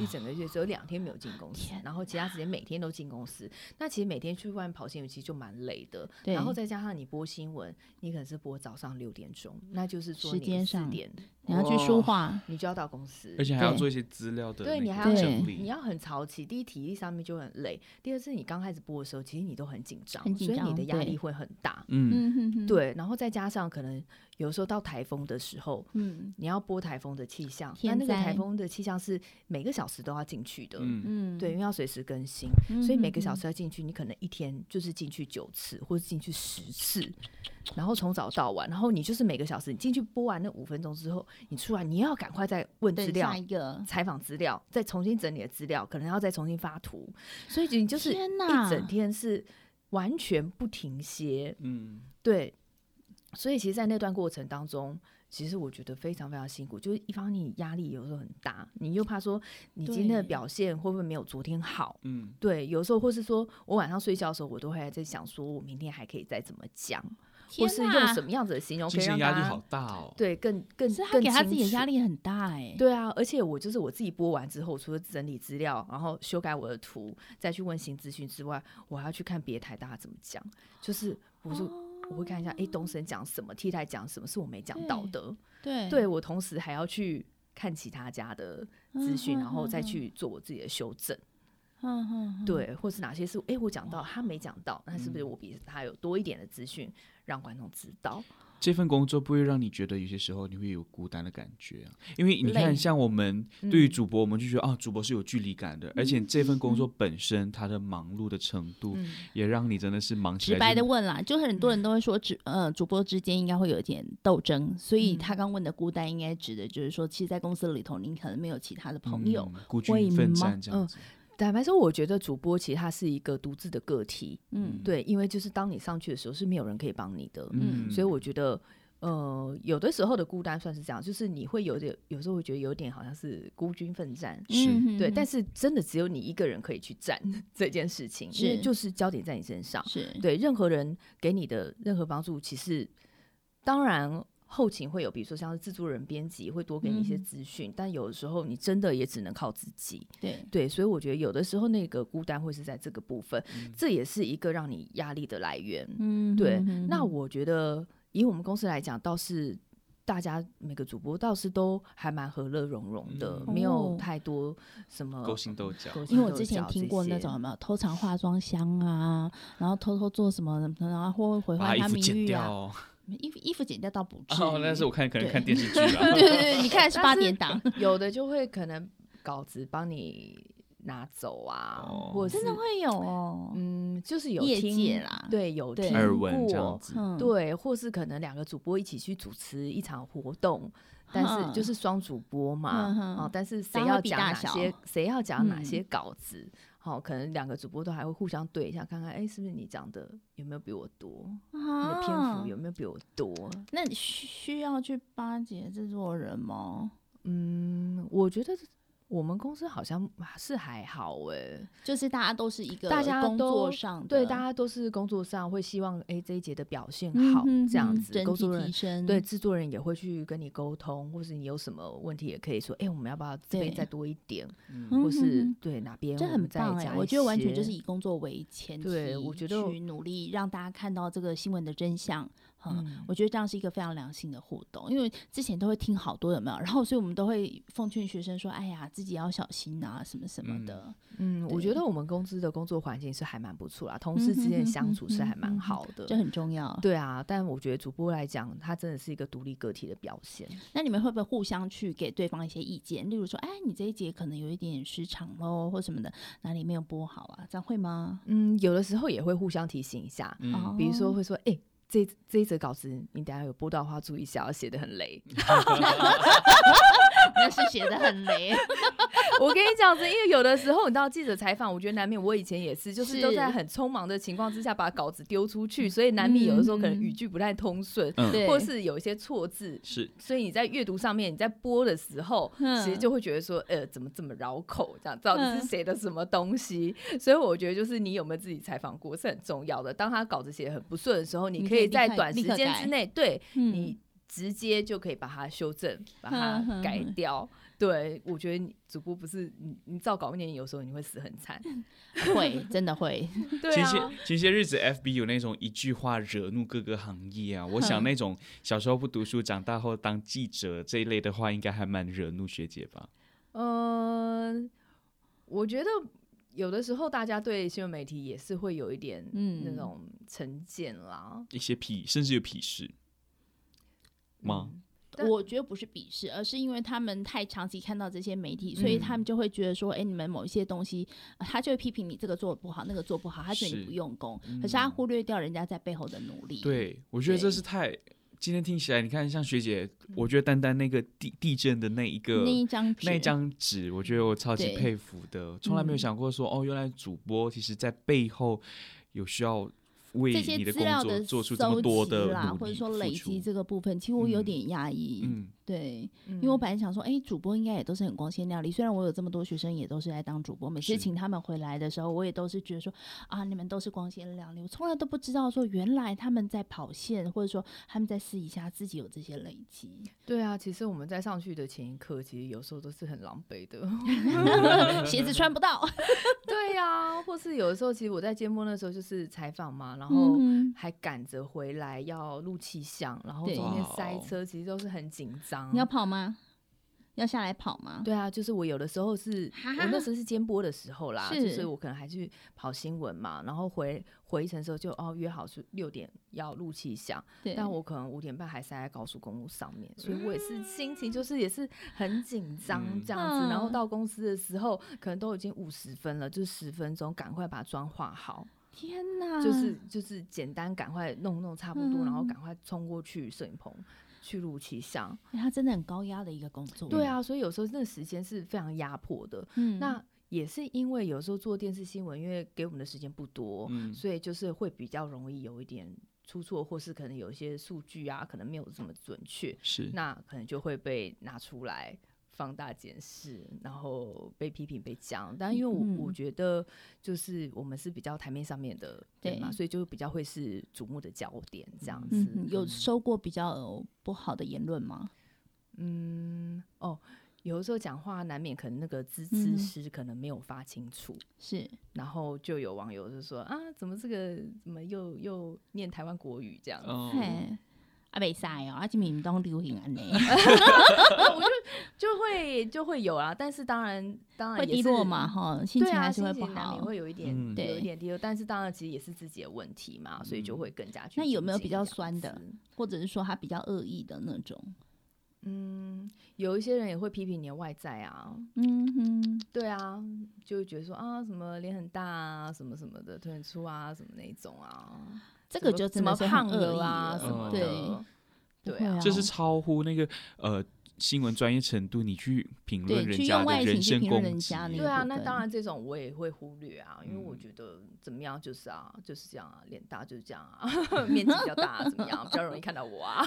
一整个月只有两天没有进公司
天，
然后其他时间每天都进公司。那其实每天去外面跑新闻其实就蛮累的，
对
然后再加上你播新闻，你可能是播早上六点钟，那就是说
时
你
间
四
上
点
你要去说话，
你就要到公司，
而且还要
对
做一些资料的
对
那
你
个
还要
对
整
你
理，
要很潮气，第一体力上面就很累，第二是你刚开始播的时候，其实你都很紧张，
很紧
所以你
张
的压
对
力会很大。
嗯，
嗯哼哼，
对，然后再加上可能有时候到台风的时候，
嗯
你要播台风的气象，那
天
那个台
灾
风的气象是每个小时都要进去的，
嗯，
嗯，
对，因为要随时更新，
嗯，
所以每个小
嗯
时要进去，你可能一天就是进去九次或者进去十次，然后从早到晚，然后你就是每个小时你进去播完那五分钟之后，你出来你要赶快再问
等
资料
下。一个，
采访资料，再重新整理的资料，可能要再重新发图，所以你就是
天
一整
哪
天是完全不停歇，
嗯，
对，所以其实，在那段过程当中，其实我觉得非常非常辛苦，就是一方面你压力有时候很大，你又怕说你今天的
对
表现会不会没有昨天好。
嗯，
对，有时候或是说我晚上睡觉的时候，我都会在想，说我明天还可以再怎么讲，或
天
是用
哪
什么样子的形容可
精
以让
神压
大
力
家
好大哦，
对更更
是他
更
给他
清
自己的压
楚。
力很大哎、
对啊，而且我就是我自己播完之后，除了整理资料，然后修改我的图，再去问新资讯之外，我还要去看别台大家怎么讲，就是我就、我会看一下，诶，东升讲什么，替代讲什么，是我没讲到的。
对
对我同时还要去看其他家的资讯，然后再去做我自己的修正，
嗯嗯哼，
对，或是哪些是诶，我讲到他没讲到，那是不是我比他有多一点的资讯让观众知道？
这份工作不会让你觉得有些时候你会有孤单的感觉啊，因为你看，
累
像我们对于主播，我们就觉得啊，主播是有距离感的，而且这份工作
嗯
本身它的忙碌的程度，
嗯
也让你真的是忙起
直
来
白的
就
问啦，就很多人都会说主呃主播之间应该会有一点斗争，所以
嗯
他刚问的孤单应该指的就是说，其实，在公司里头，你可能没有其他的朋友，
嗯孤
会
军奋
吗
战这样
嗯
子，
坦白说，我觉得主播其实他是一个独自的个体，
嗯，
对，因为就是当你上去的时候是没有人可以帮你的，
嗯
所以我觉得，呃，有的时候的孤单算是这样，就是你会有点，有时候会觉得有点好像是孤军奋战，
是
嗯哼
对，但
是
是真的只有你一个人可以去战 这件事情，因为
是
就是焦点在你身上，
是
对，任何人给你的任何帮助，其实当然。后勤会有，比如说像是制作人、编辑会多给你一些
嗯哼
资讯，但有的时候你真的也只能靠自己。
对
对，所以我觉得有的时候那个孤单会是在这个部分，
嗯
这也是一个让你压力的来源。
嗯
对，
哼哼
那我觉得以我们公司来讲，倒是大家每个主播倒是都还蛮和乐融融的，
嗯
没有
哦
太多什么
勾 心斗角，
勾心
因为我
斗
之前
角
听
这
过那
些
种什么偷藏化妆箱啊，然后偷偷做什么，然后或会毁
把
坏
衣
他
服
名
剪
誉
掉
啊，
哦，
衣服衣服剪掉倒不至于，
哦，那 是我看可能
对
看电视 剧
对
了，
对对，你 看是
但
八
是
点档，
有的就会可能稿子帮你拿走啊，
哦
或者
真的
是
会有哦，
嗯，就是有
业
听
界啦
对，有
对
听
耳闻这
过
样子，
嗯，
对，或是可能两个主播一起去主持一场活动，但是就
哼
是双主播嘛，
嗯哼
哦，但是谁
大家会
要
比
讲
大
哪
小
些，谁要讲哪
嗯
些稿子，好、可能两个主播都还会互相对一下，看看，哎，是不是你讲的有没有比我多，你的篇
啊
幅有没有比我多？
那你需需要去巴结制作人吗？
嗯，我觉得我们公司好像是还好哎、
就是大家都是一个
大家
工作
都
上的
对，大家都是工作上会希望，哎，这一节的表现
嗯
好，
哼
这样
哼
子，
整
工
体
作人
提升
对，制作人也会去跟你沟通，或是你有什么问题也可以说，哎、我们要不要这边
对
再多一点，
嗯
嗯，
或是
哼哼
对哪边
这
我
很
们再
棒哎、
加一
我觉得完全就是
些
以工作为前提，
对我觉得
去努力让大家看到这个新闻的真相。嗯，
嗯
我觉得这样是一个非常良性的互动，因为之前都会听好多有没有，然后所以我们都会奉劝学生说，哎呀，自己要小心啊，什么什么的。
嗯，我觉
对嗯
得我们公司的工作环境是还蛮不错啦，同事之间的相处是还蛮好的。
这很重要。
对啊，但我觉得主播来讲，他真的是一个独立个体的表现。
那你们会不会互相去给对方一些意见？例如说，哎，你这一节可能有一点失常喽，或什么的，哪里没有播好啊？这样会吗？
嗯，有的时候也会互相提醒一下，
嗯
哦
比如说会说，哎、这这一则稿子你等一下有播到的话，注意一下，要写的很雷。
那是写的 很雷，
我跟你讲，是因为有的时候你到记者采访，我觉得难免我以前也是，就是都
是
在很匆忙的情况之下把稿子丢出去，所以难免有的时候可能
嗯
语句不太通顺，
嗯
对，
或是有一些错字。
是
所以你在阅读上面，你在播的时候，
嗯
其实就会觉得说，呃，怎么这么绕口？这样到底
嗯
是谁的什么东西？ 所以我觉得就是你有没有自己采访过是很重要的。当他稿子写的很不顺的时候，
你
你
可
可
以
以在
立刻
短时
立刻
间
改
之内，对
嗯
你直接就可以把它修正，把
嗯哼
它改
哼
掉。对，我觉得你主播不是你，你照稿念，有时候你会死很 惨。
会真的会，
对
前些
啊，
前些日子，FB 有那种一句话惹怒各个行业啊。我想那种小时候不读书，长大后当记者这一类的话，应该还蛮惹怒学姐吧？
嗯、我觉得有的时候大家对新闻媒体也是会有一点
嗯
那种成见啦。
一些鄙，甚至有鄙视吗？
但
我觉得不是鄙视，而是因为他们太长期看到这些媒体，所以
嗯
他们就会觉得说，哎、你们某一些东西，呃他就会批评你这个做的不好，那个做不好，他觉得你
是嗯
不用功，可是他忽略掉人家在背后的努力。，
对，我觉得这
对嗯
是太。今天听起来，你看像学姐，我觉得单单那个地地震的那一个
那一张纸
那一张纸，我觉得我超级
对嗯
佩服的，从来没有想过说、哦，原来主播其实在背后有需要为
这些
你的
资
工
料
作做出这
搜
么多
集
的
啦，
努力，
或者说累积
付出
这个部分，其实我有
嗯
点压抑。
嗯，
对，
因
因为我本来想说，哎、主播应该也都是很光鲜亮丽。虽然我有这么多学生也都是来当主播，每次
是
请他们回来的时候，我也都是觉得说，啊，你们都是光鲜亮丽。我从来都不知道说，原来他们在跑线，或者说他们在私底下自己有这些累积。
对啊，其实我们在上去的前一刻，其实有时候都是很狼狈的。
鞋子穿不到，
对啊，或是有的时候，其实我在节目那时候就是采访嘛，然后
嗯，
还赶着回来要录气象，然后
对
中间
哇哦
塞车，其实都是很紧张
你。要跑吗？要下来跑吗？
对啊，就是我有的时候 是
哈
我那时候是监播的时候啦，
是
就是我可能还去跑新闻嘛，然后回回程的时候就哦约好是六点要录气象，
对，
但我可能五点半还塞在高速公路上面，所以我也
嗯
是心情就是也是很紧张
嗯
这样子。然后
嗯
到公司的时候，可能都已经五十分了，就是十分钟，赶快把妆化好，
天哪，
就是就是简单赶快弄弄差不多，然后
嗯
赶快冲过去摄影棚。去录气象，
哎他真的很高压的一个工作。
对，啊，所以有时候那个时间是非常压迫的。
嗯，
那也是因为有时候做电视新闻，因为给我们的时间不多，
嗯
所以就是会比较容易有一点出错，或是可能有一些数据啊，可能没有这么准确，
嗯
是
那可能就会被拿出来放大检视，然后被批评、被讲。但因为我、
嗯
我觉得，就是我们是比较台面上面的
对
人嘛，所以就比较会是瞩目的焦点这样子。
嗯，有收过比较不好的言论吗？
嗯哦，有的时候讲话难免可能那个字
嗯
字诗可能没有发清楚。
是，
然后就有网友就说啊，怎么这个怎么又又念台湾国语这样？
哦，
嘿，啊，袂使哦，啊，即明明当流行 安尼。
啊 就会就会有啊，但是当然当然
会
也
低
是
落嘛，，哈，心
对
情
啊，
还是
心
会
情
不
难
好
免。会有一点、
嗯
对
有一点低落，但是当然其实也是自己的问题嘛，所以就会更加去
那有没有
精进
比较
这样
酸的
子？
或者是说他比较恶意的那种，
嗯，有一些人也会批评你的外在啊，
嗯哼，
对啊，就会觉得说啊，什么脸很大啊，什么什么的，腿很粗啊，什么那一种啊，
这个
怎么
就真
怎
的
么
是很
胖
恶意
了啊，什么
了嗯对
的，对啊，
这是超乎那个呃新闻专业程度，你去评论
对
人
去
家
用外
的
形
人
去
身
评论
攻
人
击
家，那
对啊，
部
那
分
当然这种我也会忽略啊，因为我
嗯
觉得怎么样就是啊，就是这样啊，脸大就是这样啊， 面积比较大、怎么样，比较容易看到我啊。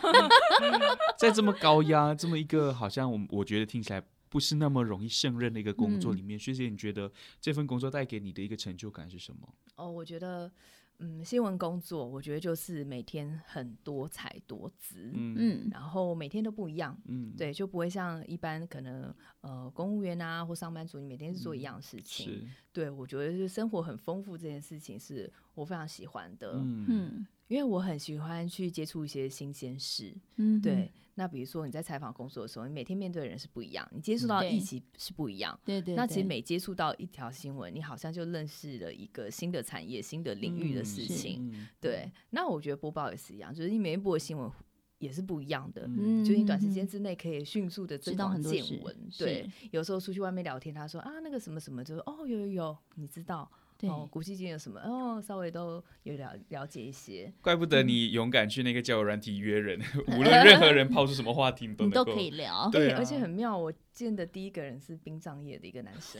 在这么高压、这么一个好像我我觉得听起来不是那么容易胜任的一个工作
嗯
里面，学姐，你觉得这份工作带给你的一个成就感是什么？
哦，我觉得，嗯，新闻工作，我觉得就是每天很多彩多姿，
嗯
嗯，
然后每天都不一样。
嗯，
对，就不会像一般可能呃公务员啊或上班族，你每天是做一
嗯
样的事情。
是，
对我觉得就是生活很丰富这件事情是我非常喜欢的，
嗯
嗯
因为我很喜欢去接触一些新鲜事。
嗯，
对，那比如说你在采访工作的时候，你每天面对的人是不一样，你接触到的
嗯对
议题是不一样。
对对，
那其
对
实每接触到一条新闻，你好像就认识了一个新的产业、新的领域的
嗯
事
是
情。
嗯
对，那我觉得播报也是一样，就是你每一波的新闻也是不一样的。
嗯
就是你短时
嗯
间之内可以迅速的
知
增
道
广
很多
见
事
闻，
是
对。有时候出去外面聊天，他说啊那个什么什么，就说哦有有有，你知道
对
哦，古迹今有什么哦，稍微都有了了解一些。
怪不得你勇敢去那个交友软体约人，无论任何人抛出什么话题，你都
你
能
都
够
可以聊。
对
而且
啊
很妙，我见的第一个人是殡葬业的一个男生。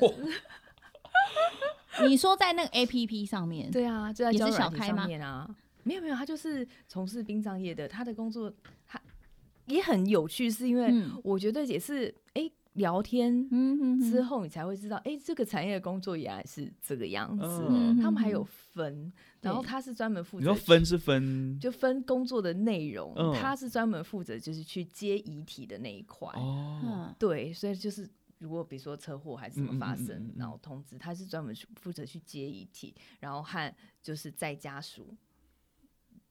你说在那个 A P P 上面，
对啊，就在
也
交
是
友
小
软体
开吗
上面啊。没有没有，他就是从事殡葬业的，他的工作他也很有趣，是因为
嗯
我觉得也是哎、诶聊天
嗯嗯
之后你才会知道，哎、这个产业的工作原来是这个样子。
嗯
他们还有分，然后
对
他是专门负
你
责
说分是分
就分工作的内容，
嗯
他是专门负责就是去接遗体的那一块。
哦，
嗯
对，所以就是如果比如说车祸还是什
嗯嗯
么发
嗯嗯
生，
嗯
然后通知他是专门去负责去接遗体，然后和就是在家属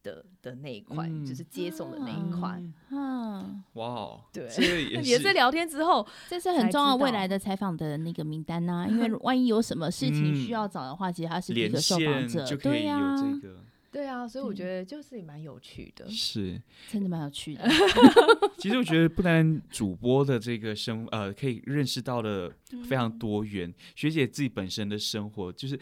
的的那一块，
嗯
就是接送的那一块。
嗯
嗯，
哇哦，
对
这
那
也
啊也
是
是聊天之后，
这是很
才
重要
知道
未来的采访的那个名单呐、因为万一有什么事情
嗯
需要找的话，其实他是第一
连
个受访
线
者
就，可
对
以
呀、
有这个。
对啊，所以我
对
觉得就是也蛮有趣的。
是，
真的蛮有趣 的。
其实我觉得不单主播的这个生 呃，可以认识到的非常多元。学姐自己本身的生活就是。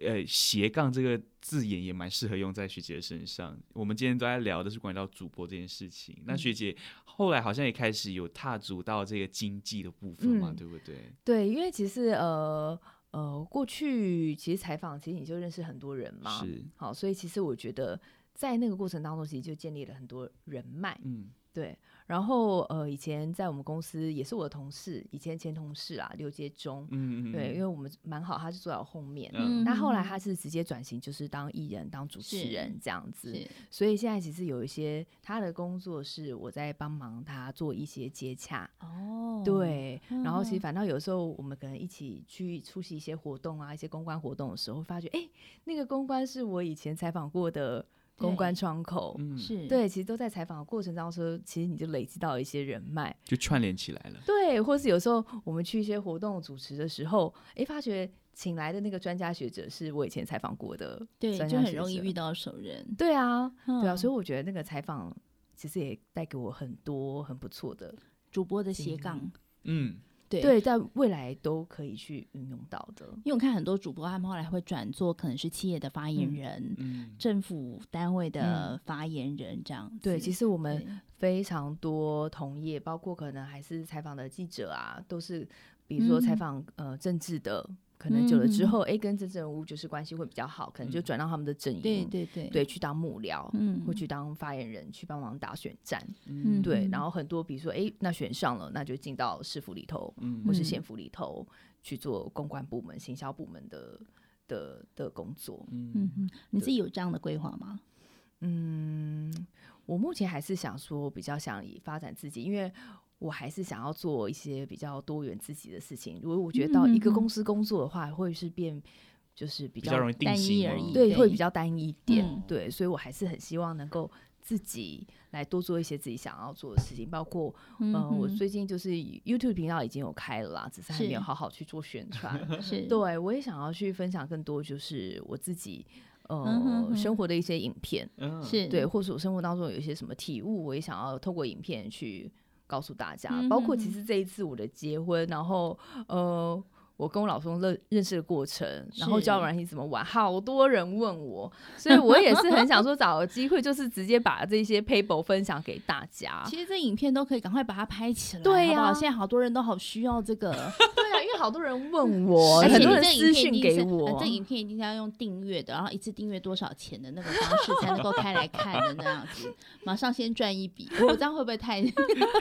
呃，斜杠这个字眼也蛮适合用在学姐的身上。我们今天都在聊的是关于到主播这件事情。那学姐后来好像也开始有踏足到这个经济的部分嘛，
嗯
对不对？
对，因为其实呃呃，过去其实采访，其实你就认识很多人嘛，
是，
好，所以其实我觉得在那个过程当中，其实就建立了很多人脉。
嗯，
对，然后呃，以前在我们公司也是我的同事，以前前同事啊，刘杰忠，
嗯嗯，
对，因
为
为我们蛮好，他是坐在我后面。
嗯
那后来他是直接转型，就是当艺人、当主持
是
人这样子，
是
所以现在其实有一些他的工作是我在帮忙他做一些接洽，
哦，
对。然后其实
嗯
反倒有时候我们可能一起去出席一些活动啊，一些公关活动的时候，发觉哎、诶那个公关是我以前采访过的公关
对
窗口，
嗯
是，
对，其实都在采访的过程当中，其实你就累积到一些人脉，
就串联起来了。
对，或是有时候我们去一些活动主持的时候，哎，发觉请来的那个专家学者是我以前采访过的，
对，
专
就
家
很
学
容易
者
遇到熟人。
对啊，对啊，
嗯
所以我觉得那个采访其实也带给我很多很不错的，
主播的斜杠，
嗯，
对
对，在未来都可以去运用到的，
因为我看很多主播，他们后来会转做可能是企业的发言
嗯
人、
嗯，
政府单位的发言人这样子。
对，其实我们
对
非常多同业，包括可能还是采访的记者啊，都是比如说采
嗯
访、呃政治的，可能久了之
嗯
后，哎、跟政治人物就是关系会比较好，可能就
嗯
转到他们的阵营，
对对对，
对去当幕僚。
嗯，
或去当发言人，去帮忙打选战，
嗯
对，然
嗯
后很多比如说，哎、那选上了，那就进到市府里头，
嗯
或是
嗯
县府里头去做公关部门、行销部门的的的工作。
嗯
嗯，
哼，你自
对
己有这样的规划吗？
嗯，我目前还是想说，比较想以发展自己，因为我还是想要做一些比较多元自己的事情。如果我觉得到一个
嗯嗯嗯
公司工作的话，会是变就是比
比较容易定
单一
型
而
吗
已
对，
对
会比较单一一点。
嗯
对，所以我还是很希望能够自己来多做一些自己想要做的事情，包括
嗯
呃，我
哼
最近就是 YouTube 频道已经有开了啦，只是还没有
是
好好去做宣传。
是
对，我也想要去分享更多，就是我自己呃、
嗯哼哼
生活的一些影片，
嗯
是
对，或是我生活当中有一些什么体悟，我也想要透过影片去告诉大家。
嗯
包括
哼
其
哼
实这一次我的结婚，然后呃。我跟我老公认认识的过程，然后
是
交友软件怎么玩，好多人问我，所以我也是很想说找个机会，就是直接把这些 paper 分享给大家。
其实这影片都可以赶快把它拍起来，
对
好不好
呀
现在好多人都好需要这 个，
对啊，因为好多人问我，
而
哦
且
很
你
多人
这
私
影片一
信
定
给
是
我
呃，这影片一定是要用订阅的，然后一次订阅多少钱的那个方式才能够开来看的那样子，马上先赚一笔。我这样会不会 太 哦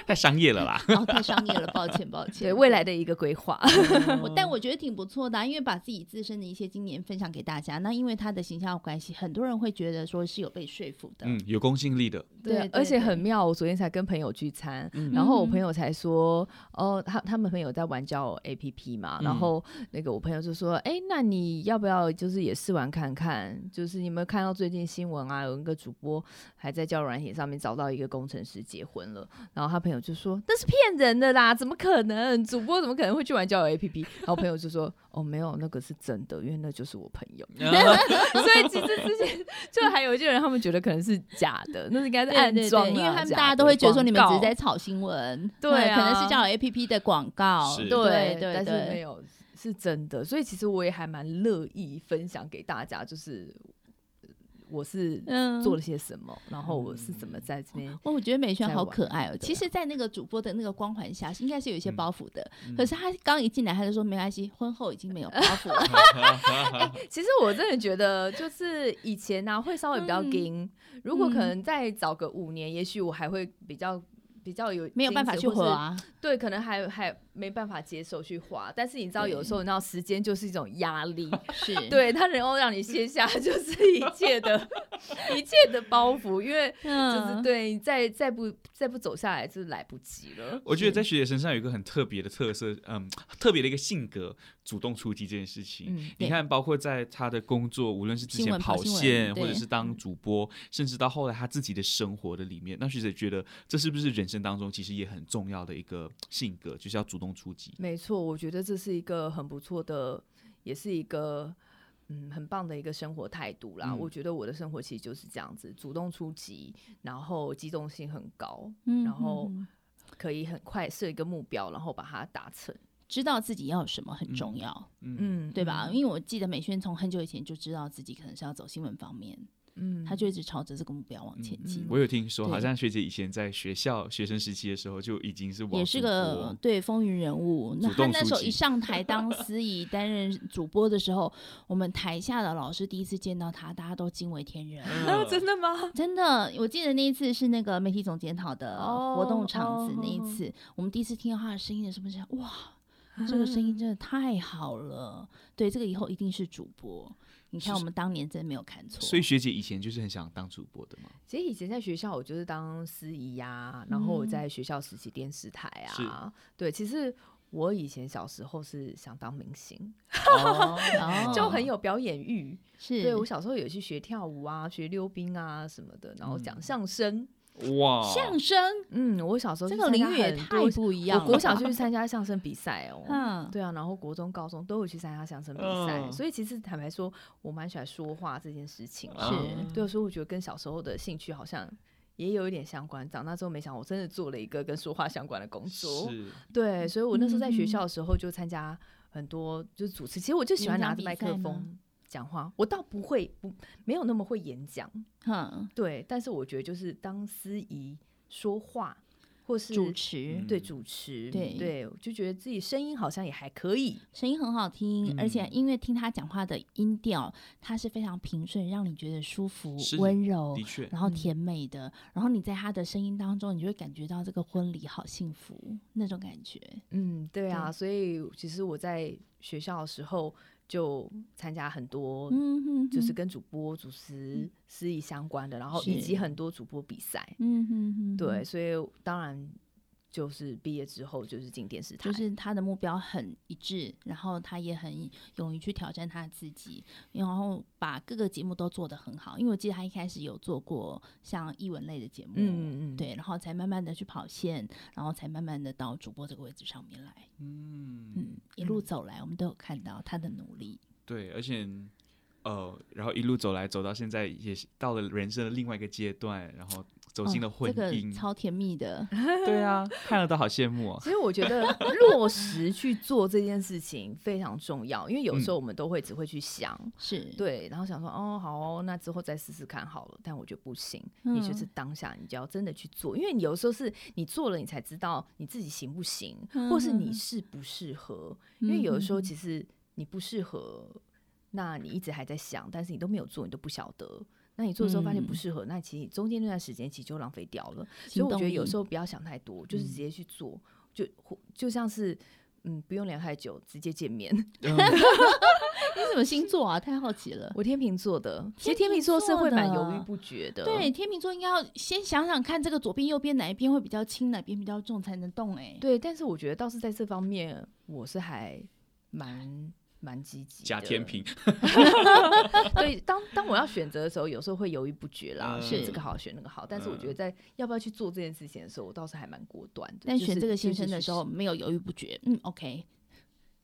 太商业了啦。
哦太商业了？抱歉，抱歉。
对未来的一个规划。
我但我觉得挺不错的啊、因为把自己自身的一些经验分享给大家。那因为他的形象有关系，很多人会觉得说是有被说服的。
嗯，有公信力的，
对对
而且很
对
妙，我昨天才跟朋友聚餐，
嗯
然后我
嗯
朋友才说，哦，他他们朋友在玩交友 APP 嘛，然
嗯
后那个我朋友就说，哎，那你要不要就是也试玩看看？就是你有没有看到最近新闻啊，有一个主播还在交友软件上面找到一个工程师结婚了，然后他朋友就说那是骗人的啦，怎么可能？主播怎么可能会去玩交友 APP？然后朋友就说，哦，没有，那个是真的，因为那就是我朋友。 所以其实之前就还有一些人，他们觉得可能是假的，那是应该是
对
暗
对
装
对
啦，
因为他们
假
大家
的
都会觉得说
广
你们只
告
是在炒新闻，
对
嗯可能
啊
是叫 A P P 的广告，
是
对对
但是
对
没有是真的。所以其实我也还蛮乐意分享给大家，就是呃我是
嗯
做了些什么，然后我是怎么在这边。
哦，我觉得美萱
在
好
玩
可爱哦。
对
其
啊
实，在那个主播的那个光环下，应该是有一些
嗯
包袱的。
嗯
可是他刚一进来，他就说没关系，婚后已经没有包袱了。
其实我真的觉得，就是以前呢、会稍微比较
嗯
硬、如果可
嗯
能再早个五年，也许我还会比较比较有
没有办法
矜持
去
或是
和啊，
对，可能还还没办法接受去花，但是你知道，有时候你知道时间就是一种压 力，
是，
对，它能够让你卸下 就是一切的 一切的包袱，因为就是
嗯，
对，你再再不再不走下来就是来不及了。
我觉得在学姐身上有一个很特别的特色，嗯，特别的一个性格，主动出击这件事情。
嗯，
你
对
看，包括在她的工作，无论是之
新
前
闻跑
跑
新闻
线，
对
或者是当主播，甚至到后来她自己的生活的里面，那学姐觉得这是不是人生当中其实也很重要的一个性格，就是要主动出击。
没错，我觉得这是一个很不错的，也是一个。嗯，很棒的一个生活态度啦！
嗯
我觉得我的生活其实就是这样子，主动出击，然后机动性很高，
嗯
然后
嗯嗯
可以很快设一个目标，然后把它达成。
知道自己要什么很重要，
嗯，
嗯，
对吧？
嗯
因为我记得美萱从很久以前就知道自己可能是要走新闻方面，
嗯，
她就一直朝着这个目标往前进
嗯。
我有听说，
对
好像学姐以前在学校学生时期的时候就已经是网
也是
主
个
啊
嗯
播
对风云人物。那
主
他
动
那
出
时候一
击
上台当司仪担任主播的时候，我们台下的老师第一次见到他，大家都惊为天人。
啊，真的吗？
真的，我记得那一次是那个媒体总检讨的
哦
活动场子
哦，
那一次、我们第一次听到他的声音的时候，想哇，这个 声音真的太好了。对，这个以后一定是主播。你看，
是
我们当年真没有看错。
所以学姐以前就是很想当主播的嘛。
其实以前在学校，我就是当司仪呀、然后我在学校实习电视台啊。嗯对，其实我以前小时候是想当明星，
哦，
就很有表演欲。
是
对我小时候有去学跳舞啊，学溜冰啊什么的，然后
嗯
讲相声。
哇，
相声
嗯我小时候
这
去
个
参加
领域也
很
太
多
不一样了吧。，
我国小就去参加相声比赛哦
嗯
对啊，然后国中、高中都有去参加相声比赛，
嗯
所以其实坦白说，我蛮喜欢说话这件事情的，
是
对，所以我觉得跟小时候的兴趣好像也有一点相关。长大之后，没想到我真的做了一个跟说话相关的工作，
是
对，所以我那时候在学
嗯
校的时候就参加很多就是主持，其实我就喜欢
演讲
拿着
比
麦克
赛吗
风。讲话，我倒不会不没有那么会演讲，
哼，
对，但是我觉得就是当司仪说话，或是
主持、
嗯
对主持，
对
对，我就觉得自己声音好像也还可以，
声音很好听，而且
嗯
因为听他讲话的音调，它是非常平顺，让你觉得舒服
是、
温柔
的，确，
然后
嗯
甜美的。然后你在他的声音当中，你就会感觉到这个婚礼好幸福那种感觉。
嗯，对啊，
对
所以其实我在学校的时候就参加很多，
嗯哼哼，
就是跟主播、主持、司仪相关的，然后
是
以及很多主播比赛，
嗯哼哼，
对，。所以当然就是毕业之后就是进电视台，
就是他的目标很一致，然后他也很勇于去挑战他自己，然后把各个节目都做得很好。因为我记得他一开始有做过像译文类的节目，
嗯嗯嗯，
对，然后才慢慢的去跑线，然后才慢慢的到主播这个位置上面来。
嗯，
嗯，一路走来，我们都有看到他的努力。
对，而且呃，然后一路走来走到现在，也是到了人生的另外一个阶段，然后走进了
哦
婚
这个
姻，
超甜 蜜的。
对啊，看了都好羡慕哦。
其实我觉得落实去做这件事情非常重要，因为有时
嗯
候我们都会只会去想，
是，
对，然后想说哦好哦那之后再试试看好了，但我觉得不行，你就是
嗯
当下你就要真的去做，因为你有时候是你做了你才知道你自己行不行，或是
嗯
你适不适合，因为有的时候
嗯嗯嗯
其实你不适合，那你一直还在想，但是你都没有做，你都不晓得。那你做的时候发现不
嗯
适合，那其实中间那段时间其实就浪费掉了。所以
行
我觉
动
得有
力嗯
时候不要想太多，就是直接去做，就就像是嗯，不用聊太久，直接见面。
你什么星座啊？太好奇了。
我天秤座的，其实
天
天
秤
秤座是
座
会蛮
的啊
犹豫不决的。
对，天秤座应该要先想想看，这个左边右边哪一边会比较轻，哪边比较重才能动、欸。哎，
对，但是我觉得倒是在这方面，我是还蛮蛮积极的。
假天。平，
对，当当我要选择的时候，有时候会犹豫不决啦，
嗯
选
是
这个好，选那个好。但是我觉得在要不要去做这件事情的时候，我倒是还蛮果断的。
但
就是
选这个
就
先
是
生的
去
时候
试，
没有犹豫不决。嗯，OK，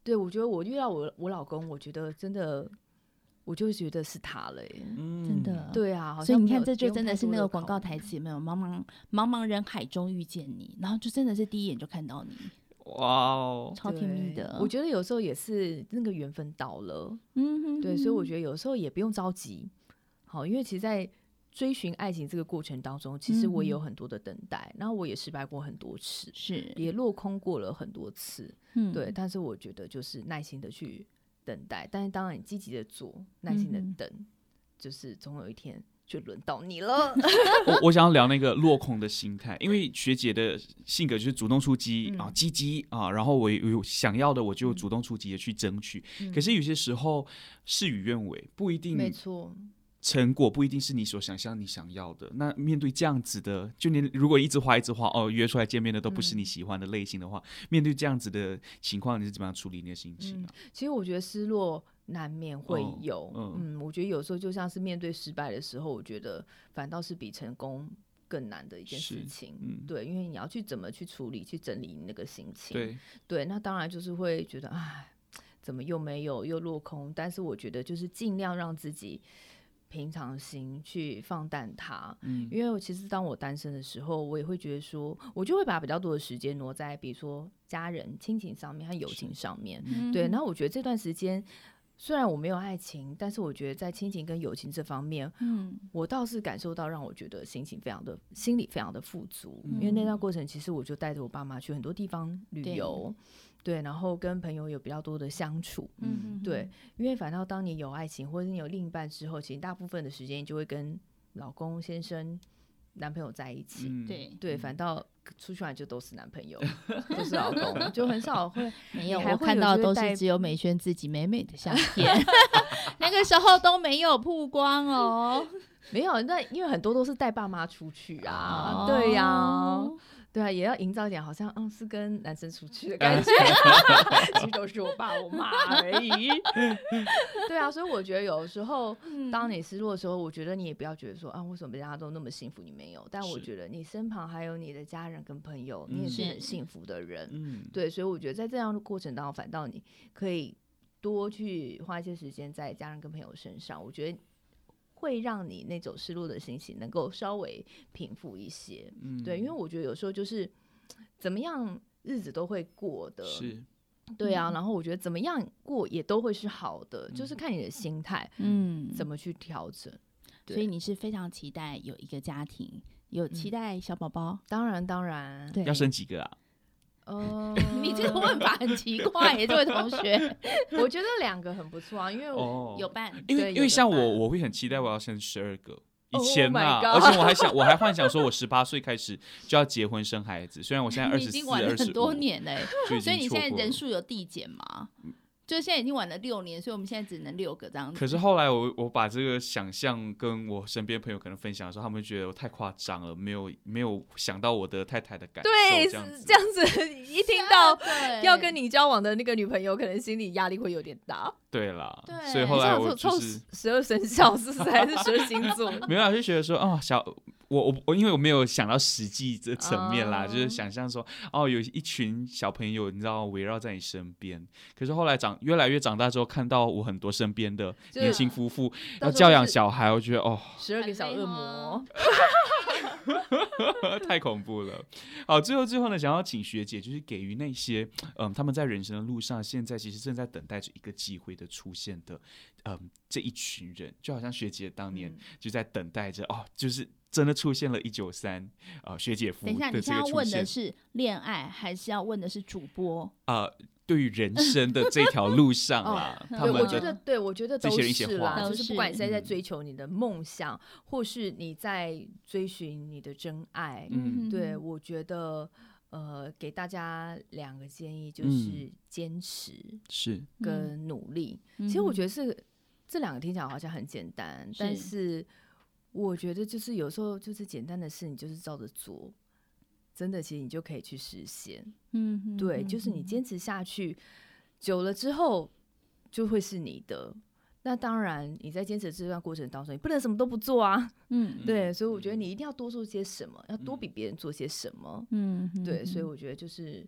对我觉得我遇到我我老公，我觉得真的，我就觉得是他了耶、
嗯
真的。。
对啊，好
所
像
以你
没
看，
有
这
不
就
用
真的
太
是
多
那
的
个广
考
告
虑
台词，有没有？茫茫茫茫人海中遇见你，然后就真的是第一眼就看到你，
哇哦，
超甜蜜
对
的。
我觉得有时候也是那个缘分到了，
嗯哼
对，所以我
哼
觉得有时候也不用着急，好，因为其实，在追寻爱情这个过程当中，其实我也有
嗯
很多的等待，然后我也失败过很多次，
是，
也落空过了很多次，
嗯
对，但是我觉得就是耐心的去等待，但是当然你积极的做，耐心的
嗯哼
等，就是总有一天就轮到你 了。
我我想要聊那个落空的心态，因为学姐的性格就是主动出击
嗯
啊，积极啊，然后我有想要的我就主动出击的去争取。
嗯
可是有些时候事与愿违，不一
没
定
错，
成果不一定是你所想象你想要的。那面对这样子的，就连如果一直花一直花哦，约出来见面的都不是你喜欢的类型的话，面对这样子的情况，你是怎么样处理你的心情啊？
其实我觉得失落难免会
哦
有，
嗯
嗯我觉得有时候就像是面对失败的时候，我觉得反倒是比成功更难的一件
是
事情，
嗯
对，因为你要去怎么去处理、去整理你那个心情，
对，
对那当然就是会觉得，哎，怎么又没有又落空？但是我觉得就是尽量让自己平常心去放淡它，
嗯，
因为我其实当我单身的时候，我也会觉得说，我就会把比较多的时间挪在比如说家人、亲情上面和友情上面。
嗯
嗯
对，然后我觉得这段时间虽然我没有爱情，但是我觉得在亲情跟友情这方面，
嗯
我倒是感受到让我觉得心情非常的心里非常的富足，因为那
嗯
段过程其实我就带着我爸妈去很多地方旅
对
游，对，然后跟朋友有比较多的相处。
嗯哼
对，因为反倒当你有爱情或者你有另一半之后，其实大部分的时间你就会跟老公、先生、男朋友在一起。
嗯
对
对，反倒出去玩就都是男朋友，都是老公，就很少会
没
你
有，
还
我
会
看
有
到
就
都
会
是
带
只有美萱自己美美的相 片，那个时候都没有曝光 哦。
没有，那因为很多都是带爸妈出去啊，
哦
对呀、对啊，也要营造一点好像嗯是跟男生出去的感觉，其实都是我爸我妈而已。对啊，所以我觉得有时候当你失落的时候，我觉得你也不要觉得说啊为什么大家都那么幸福，你没有？但我
是
觉得你身旁还有你的家人跟朋友，你也
嗯
是很
是
幸福的人。
嗯，
对，所以我觉得在这样的过程当中，反倒你可以多去花一些时间在家人跟朋友身上，我觉得会让你那种失落的心情能够稍微平复一些。
嗯
对，因为我觉得有时候就是怎么样日子都会过的，
是
对啊。
嗯
然后我觉得怎么样过也都会是好的，
嗯
就是看你的心态
嗯，
怎么去调整。
所以你是非常期待有一个家庭，有期待小宝宝。
当然，当然，
对，，
要生几个啊？
呃
嗯 你这个问法很奇怪耶，这位同 学
我觉得两个很不错啊，因为我
哦，
有伴。
因为
对
因
有
为
的
像我，
办
我会很期待我要生十二个。以
Oh
前
my
啊，而
God
且我还想，我还幻想说，我十八岁开始就要结婚生孩子。虽然 我现在二
你
十
已经
四、
玩了
二
很
十
多，年嘞，
就已
所以
经
你
错
现在
过
人
了。
数有递减吗？就现在已经玩了六年，所以我们现在只能六个
嗯
这样子。
可是后来我我把这个想象跟我身边朋友可能分享的时候，他们觉得我太夸张了，没有没有想到我的太太的感受
对
这样
是
子。
这样子， 一听到要跟
你
你交往的那个女朋友，可能心理压力会有点大。
对啦，
对
所以
你
后来
你想
我
凑
就
凑
是
十二生肖是还是十二星座？
没有啊，就觉得说哦，小我我我，因为我没有想到实际这层面啦，
哦
就是想象说哦，有一群小朋友，你知道围绕在你身边。可是后来长越来越长大之后，看到我很多身边的
就是
年轻夫妇
到时
要
候
教养
就是
小孩，我觉得哦，
十二个小恶魔
很，
太恐怖了。好，最后最后呢，想要请学姐就是给予那些嗯，他们在人生的路上，现在其实正在等待着一个机会的出现的，嗯，这一群人，就好像学姐当年
嗯
就在等待着、哦，就是真的出现了一九三啊，学姐夫
等一下，
的
你
这
现在
个
要
出
问的
现
是恋爱，还是要问的是主播？
啊、呃对于人生的这条路上
哦
啦，他
对，
们
我觉得，
的
对我觉得
这
都
些人一起
是
画
啦，
都
就是是不管你在在
嗯
追求你的梦想，或是你在追寻你的真爱，
嗯
对我觉得，呃，给大家两个建议，就
嗯
是坚持
是
跟努力。
嗯
其实我觉得是这两个听起来好像很简单，但
是
是我觉得就是有时候就是简单的事，你就是照着做，真的，其实你就可以去实现。
嗯哼
对，就是你坚持下去，久了之后就会是你的。那当然，你在坚持这段过程当中，你不能什么都不做啊。
嗯
对，所以我觉得你一定要多做些什么，要多
嗯
比别人做些什么。
嗯哼
对，所以我觉得就是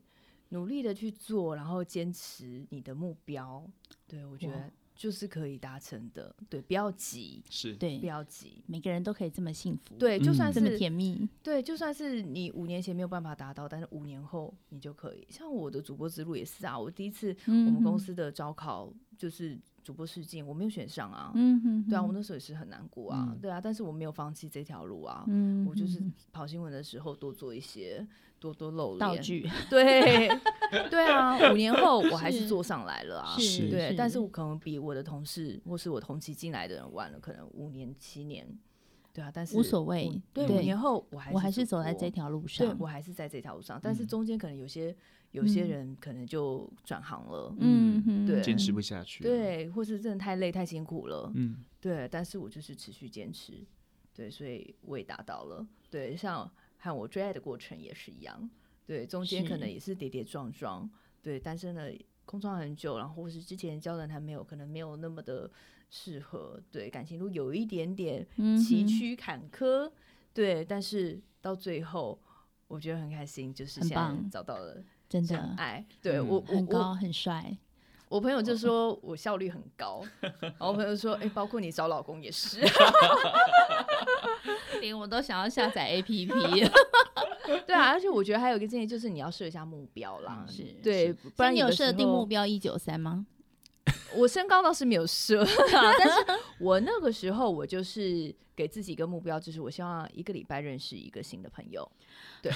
努力的去做，然后坚持你的目标。对我觉
哇
得就是可以达成的。对，不要急，
是
不
对，
要急。
每个人都可以这么幸福，，
对，就
嗯
算
嗯这
是、
么甜蜜，
对，就算是你五年前没有办法达到，但是五年后你就可以。像我的主播之路也是啊，我第一次我
嗯
们公
哼，
司的招考就是主播试镜，我没有选上啊。
嗯哼，
对啊，
哼
我那时候也是很难过啊，
嗯
对啊，但是我没有放弃这条路啊。
嗯，
我就是
哼
跑新闻的时候多做一些，多多露
哼道
脸，
具，
对对啊，五年后我还是
是
做上来了啊。
是
对，但是我可能比我的同事或是我同期进来的人晚了，可能五年七年，对啊，但是
无所谓
五对，
对
五年后我还
我还是
主
走在
播
这条路
对
上，
我还是在这条路上，但是
嗯
中间可能有些有些
嗯
人可能就转行了，
嗯
嗯
哼，
对
坚持不下去。，
对，或是真的太累太辛苦了，
嗯，
对，但是我就是持续坚持，对，所以我也达到了，对，像和我追爱的过程也是一样，对，中间可能
是
也是跌跌撞撞，对，单身了空窗很久，然后或是之前交的男朋友可能没有那么的适合，对，感情路有一点点
嗯
崎
哼
岖坎坷，对，但是到最后。我觉得很开心，就是
很
现在
棒
找到了
真
真
的
爱。对
嗯
我，我
很
我
高很帅，
我朋友就说我效率很高，然后我朋友说，哎、包括你找老公也是，
连我都想要下 载 APP，
对啊。而且我觉得还有一个建议就是你要设一下目标啦，
嗯是
对，
是
不然
你有
的时
设定
候
目。标一九三吗？
我身高倒是没有 设啊，但是我那个时候我就是给自己一个目标，就是我希望一个礼拜认识一个新的朋友， 对，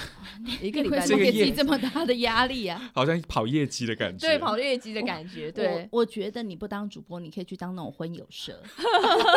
一个礼
为
拜
什么给
这个
认识
自
业
己这么大的压力啊？
好像跑业绩的感觉。
对跑业绩的感觉，对，
我，我觉得你不当主播，你可以去当那种婚友社，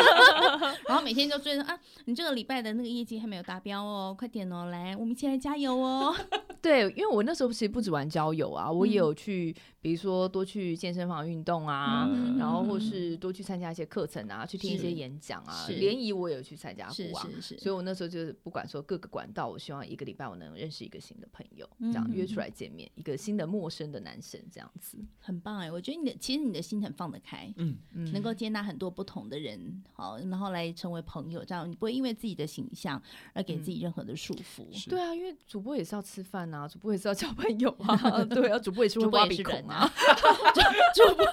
然后每天就追着啊，你这个礼拜的那个业绩还没有达标哦，快点哦，来，我们一起来加油哦。
对，因为我那时候其实不只玩交友啊，我也
嗯
有去，比如说多去健身房运动啊，
嗯
然后或
嗯
是多去参加一些课程啊，去听一
是
些演讲啊，
是
联谊我也有去参加过
是
啊。
是是，
所以我那时候就是不管说各个管道，我希望一个礼拜我能认识一个新的朋友，这样
嗯
约出来见面，一个新的陌生的男生这样子，
很棒哎，我觉得你的其实你的心很放得开。
嗯，
嗯
能够接纳很多不同的人，好，然后来成为朋友，这样你不会因为自己的形象而给自己任何的束缚。
是
对啊，因为主播也是要吃饭啊，主播也是要交朋友啊， 对啊，主播也是会
主播
挖
也
鼻
是
孔
人
啊，
啊，主 主播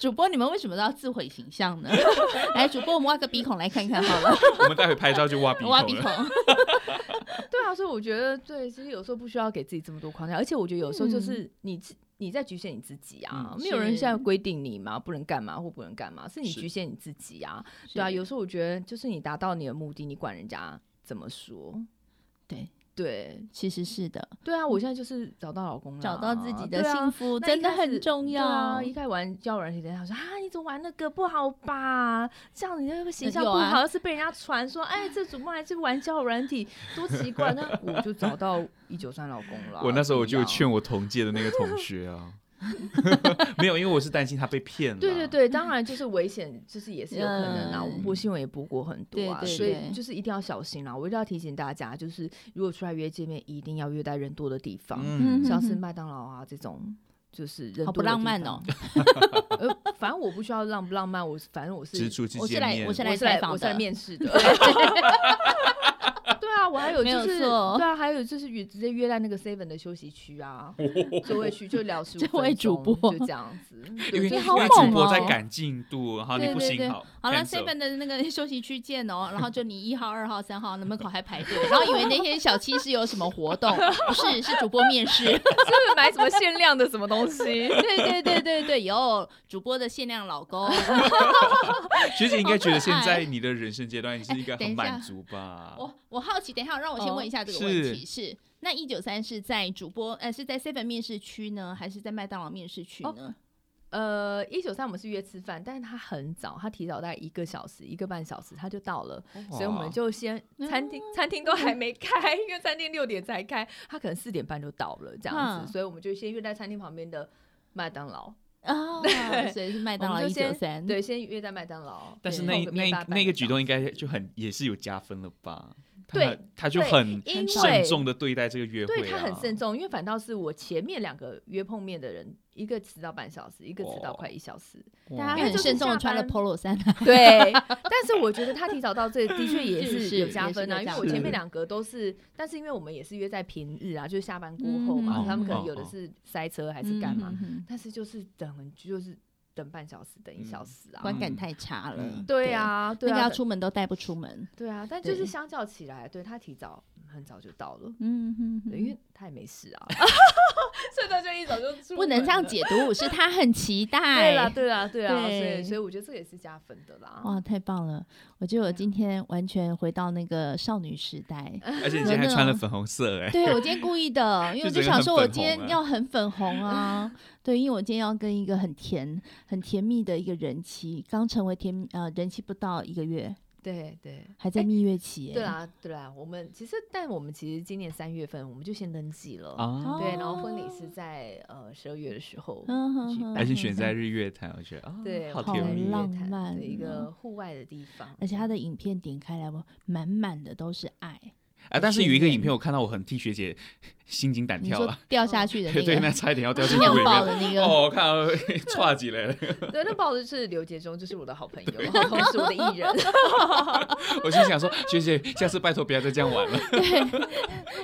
主播，你们为什么都要自毁形象呢？ 来，主播，我们挖个鼻孔来看看好了，
我们待会拍照就挖鼻孔
挖鼻
了。
孔。
对啊，所以我觉得对，其实有时候不需要给自己这么多框架，而且我觉得有时候就是你自、你在局限你自己啊，
嗯
没有人
是
现在规定你嘛，不能干嘛或不能干嘛，是你
是
局限你自己啊。对啊，
是
有时候我觉得就是你达到你的目的，你管人家怎么说。
对
对
其实是的，
对啊，我现在就是找到老公了啊，
嗯找到自己的
对啊
幸福、
那一
真的
开
很
始
重要。
对啊，一开始玩交友软体的人，他说啊，你怎么玩那个不好吧？这样你那个形象
有
不
啊
好，要是被人家传说，哎，这主播还是玩交友软体，多奇怪。那我就找到一九三老公了。
我那时候我
怎
就
么样。
劝我同届的那个同学啊， 没有，因为我是担心他被骗了。
对对，对，当然就是危险，就是也是有可能啊。
嗯
我们播新闻也播过很多啊，
对对
所
对
以就是一定要小心啦。我一定要提醒大家，就是如果出来约见面，一定要约在人多的地方，
嗯，
像是麦当劳啊这种。就是人
好不
多的
浪
地
漫
方
哦，
呃，反正我不需要浪不浪漫，我反正我是
直出去
我是
见
来
面，
我 是
我是
采
来
访
我是来
的
面试的。 对啊，我还有
没
就
有
是
错哦
对啊，还有就是约直接约在那个 seven 的休息区啊，座位区就聊十五
这
分钟，
位主播
就这样子，
因
对
为因
就
为
是
好猛
主播
哦
在赶进度，然后你
对
不
对
行
对
好。
好了
cancel
，seven 的那个 休息区见哦。然后就你一号、二号、三号那门口还排 队，然后以为那天小七是有什么活动，不是，是主播面试。。
不是买什么限量的什么东西
对对对对对，有主播的限量老公。
学姐应该觉得现
好可
哎
爱
在你的人生阶段是 应该
哎等
很
一下
满足吧？
哦
我我好奇，等一下让我先问一下这个问题
哦
是。那一九三是在主播呃是在 seven 面试区呢，还是在麦当劳面试区呢？
呃，一九三我们是约吃饭，但是他很早，他提早大概一个小时、一个半小时他就到了，所以我
哦
们就先
嗯
餐厅餐厅都还没开，因为餐厅六点才开，他可能四点半就到了这样
嗯
子，所以我们就先约在餐厅旁边的麦当劳。
哦，所以是麦当
我
劳
们
一
就
九
先
三。
对，先约在麦当劳。
嗯但是
对
那一
碰个
那
面
一
吧
那个举，动
半
应该就很也是有加分了吧？他
对
很，他就
对
很
因为
慎重的对待这个约
小
会
时对
啊，
他很慎重，因为反倒是我前面两个约碰面的人，一个迟到半小时，一个迟到
哦
快一小时。
他
哇，
因为
很
就是
慎重的
下
穿了
班
polo 啊衫，
对，但是我觉得他提早到这的确也
是
是
是
有加分啊，
也
因为
是有加分
我前面两个都是，但是因为我们也是约在平日啊，就是下班过后嘛，
嗯
他们可能
哦
有的
哦
是塞车还是干嘛，
嗯哼哼
但是就是等很就是等半小时、等一小时啊。
观感太差了。
嗯
对，啊，对
那个
啊
要，出门都带不出门。
对啊，但就是
对
相较起来，对他提早很早就到了，
嗯哼
对因为他也没事 啊，所以他就一早就出
不能
门
这样
了。
解读，是他很期待。
对啦， 对啦，对啊啦，所
对
以所以我觉得这个也是加分的啦。
哇，哦太棒了！我觉得我
对啊
今天完全回到那个少女时代。
而且你今天还穿了
嗯
粉红色哎、
对我今天故意的，因为我就
就整个
想
很
说，我
粉
今
红
天
啊
要很粉红 啊。对，因为我今天要跟一个很甜、很甜蜜的一个人妻，刚成为甜呃人妻不到一个月，
对对
还在
哎
蜜月期耶。
对啦，对啦，我们其实，但我们其实今年三月份我们就先登记了。
啊，
对，然后婚礼
哦
是在呃十二月的时候，
嗯哼
举
哼，
而且选在日月潭，我觉得啊，
对，
好
我
甜
们在
蜜啊
日
浪
月潭
漫
的一个
哦
户外的地方，
而且他的影片点开来，我满满的都是爱。
啊！但是有一个影片我看到，我很替学姐 心惊胆
你
跳
说
了，
掉下去的
哦
那
对对，那
个，
差一点要掉进湖
尿
里
爆
面。
的那
哦，
个，
我看到 岔起来了，
对，那报的是刘杰忠，就是我的好朋友，然后同时我的艺 人，
我心想说，学姐，下次拜托不要再这样玩 了。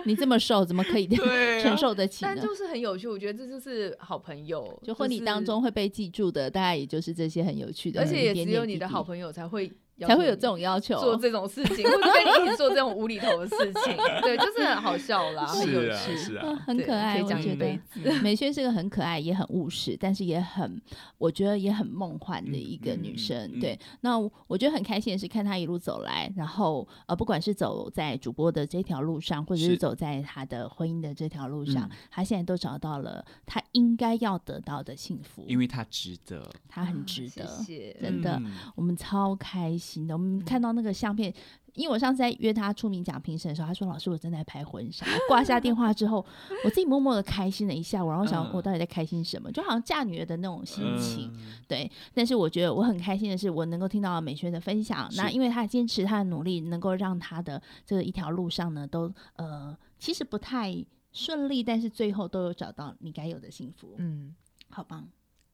你这么瘦，怎么可以
对啊
承，受得起
但
呢？
就是很有趣，我觉得这就是好朋友，
就婚礼
是
当，中会被记住的，大概也就是这些很有趣的，
而且也只有
点点滴滴
你的好朋友才 会要
才
求
会有
你
这种要求。
做这种事情，或者跟你一起做这种无厘头的事 情，对，就是很好笑啦，很有
是啊，
趣，
是
嗯
啊，
很
对
可爱，
可以
我
讲
觉
一辈
得嗯美萱是个很可爱，也很务实，但是也很，我觉得也很梦幻的一个女生。
嗯嗯嗯嗯
对，那我我觉得很开心的是看她一路走来，然后呃，不管是走在主播的这条路上，或者是
是
走在她的婚姻的这条路上
嗯，
她现在都找到了她应该要得到的幸福，
因为它值得，
她很值得。
啊谢谢
真的
嗯
我们超开心的，
嗯
我们看到那个相片，因为我上次在约他出名奖评审的时候，他说：“老师，我正在拍婚纱。”挂下电话之后，我自己默默的开心了一下午，然后想
嗯
我到底在开心什么，就好像嫁女儿的那种心情。
嗯
对，但是我觉得我很开心的是，我能够听到美萱的分享。那
是
因为她坚持她的努力，能够让她的这一条路上呢，都呃其实不太顺利，但是最后都有找到你该有的幸福。
嗯，
好棒，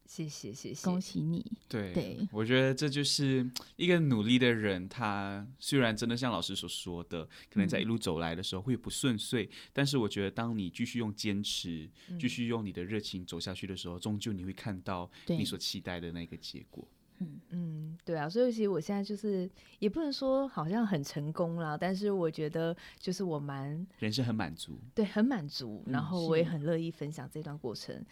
谢谢谢谢，
恭喜你！
对
对
我觉得这就是一个努力的人，他虽然真的像老师所说的，可能在一
嗯
路走来的时候会不顺遂，但是我觉得当你继续用坚持，
嗯
嗯
继续用你的热情走下去的时候，终究你会看到
对
你所期待的那个结果。
嗯，对啊，所以其实我现在就是也不能说好像很成功啦，但是我觉得就是我蛮
人生很满足，
对很满足，然
嗯
后我也
是
很乐意分享这段过程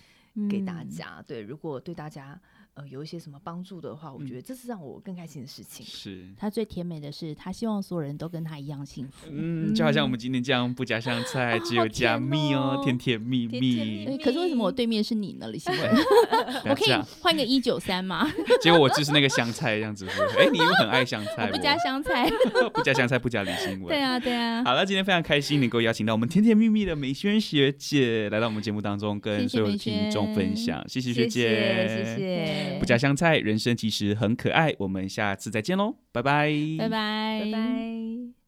给大
嗯
家。对，如果对大家呃有一些什么帮助的话，我觉得这是让我更开心的事情。
是。
他最甜美的是，他希望所有人都跟他一样幸福。
嗯，就好像我们今天这样不加香 菜，
啊
只有加蜜
好
哦
甜哦，
甜甜蜜
甜甜蜜
对，
蜜
蜜。
可是为什么我对面是你呢，李欣 文？我
我
可以换个一九三吗？
结果我就是那个香菜这样子，是不是哎，你又很爱香
我
菜，
不加香菜。
我不加香菜，不加李新文。
对啊，对啊。
好了，今天非常开心能够邀请到我们甜甜蜜蜜的美萱学姐来到我们节目当中，
谢谢
跟所有的听众分享。谢谢学
谢
姐，
谢谢谢，
不加香菜，人生其实很可爱。我们下次再见喽，拜拜，
拜拜，
拜拜。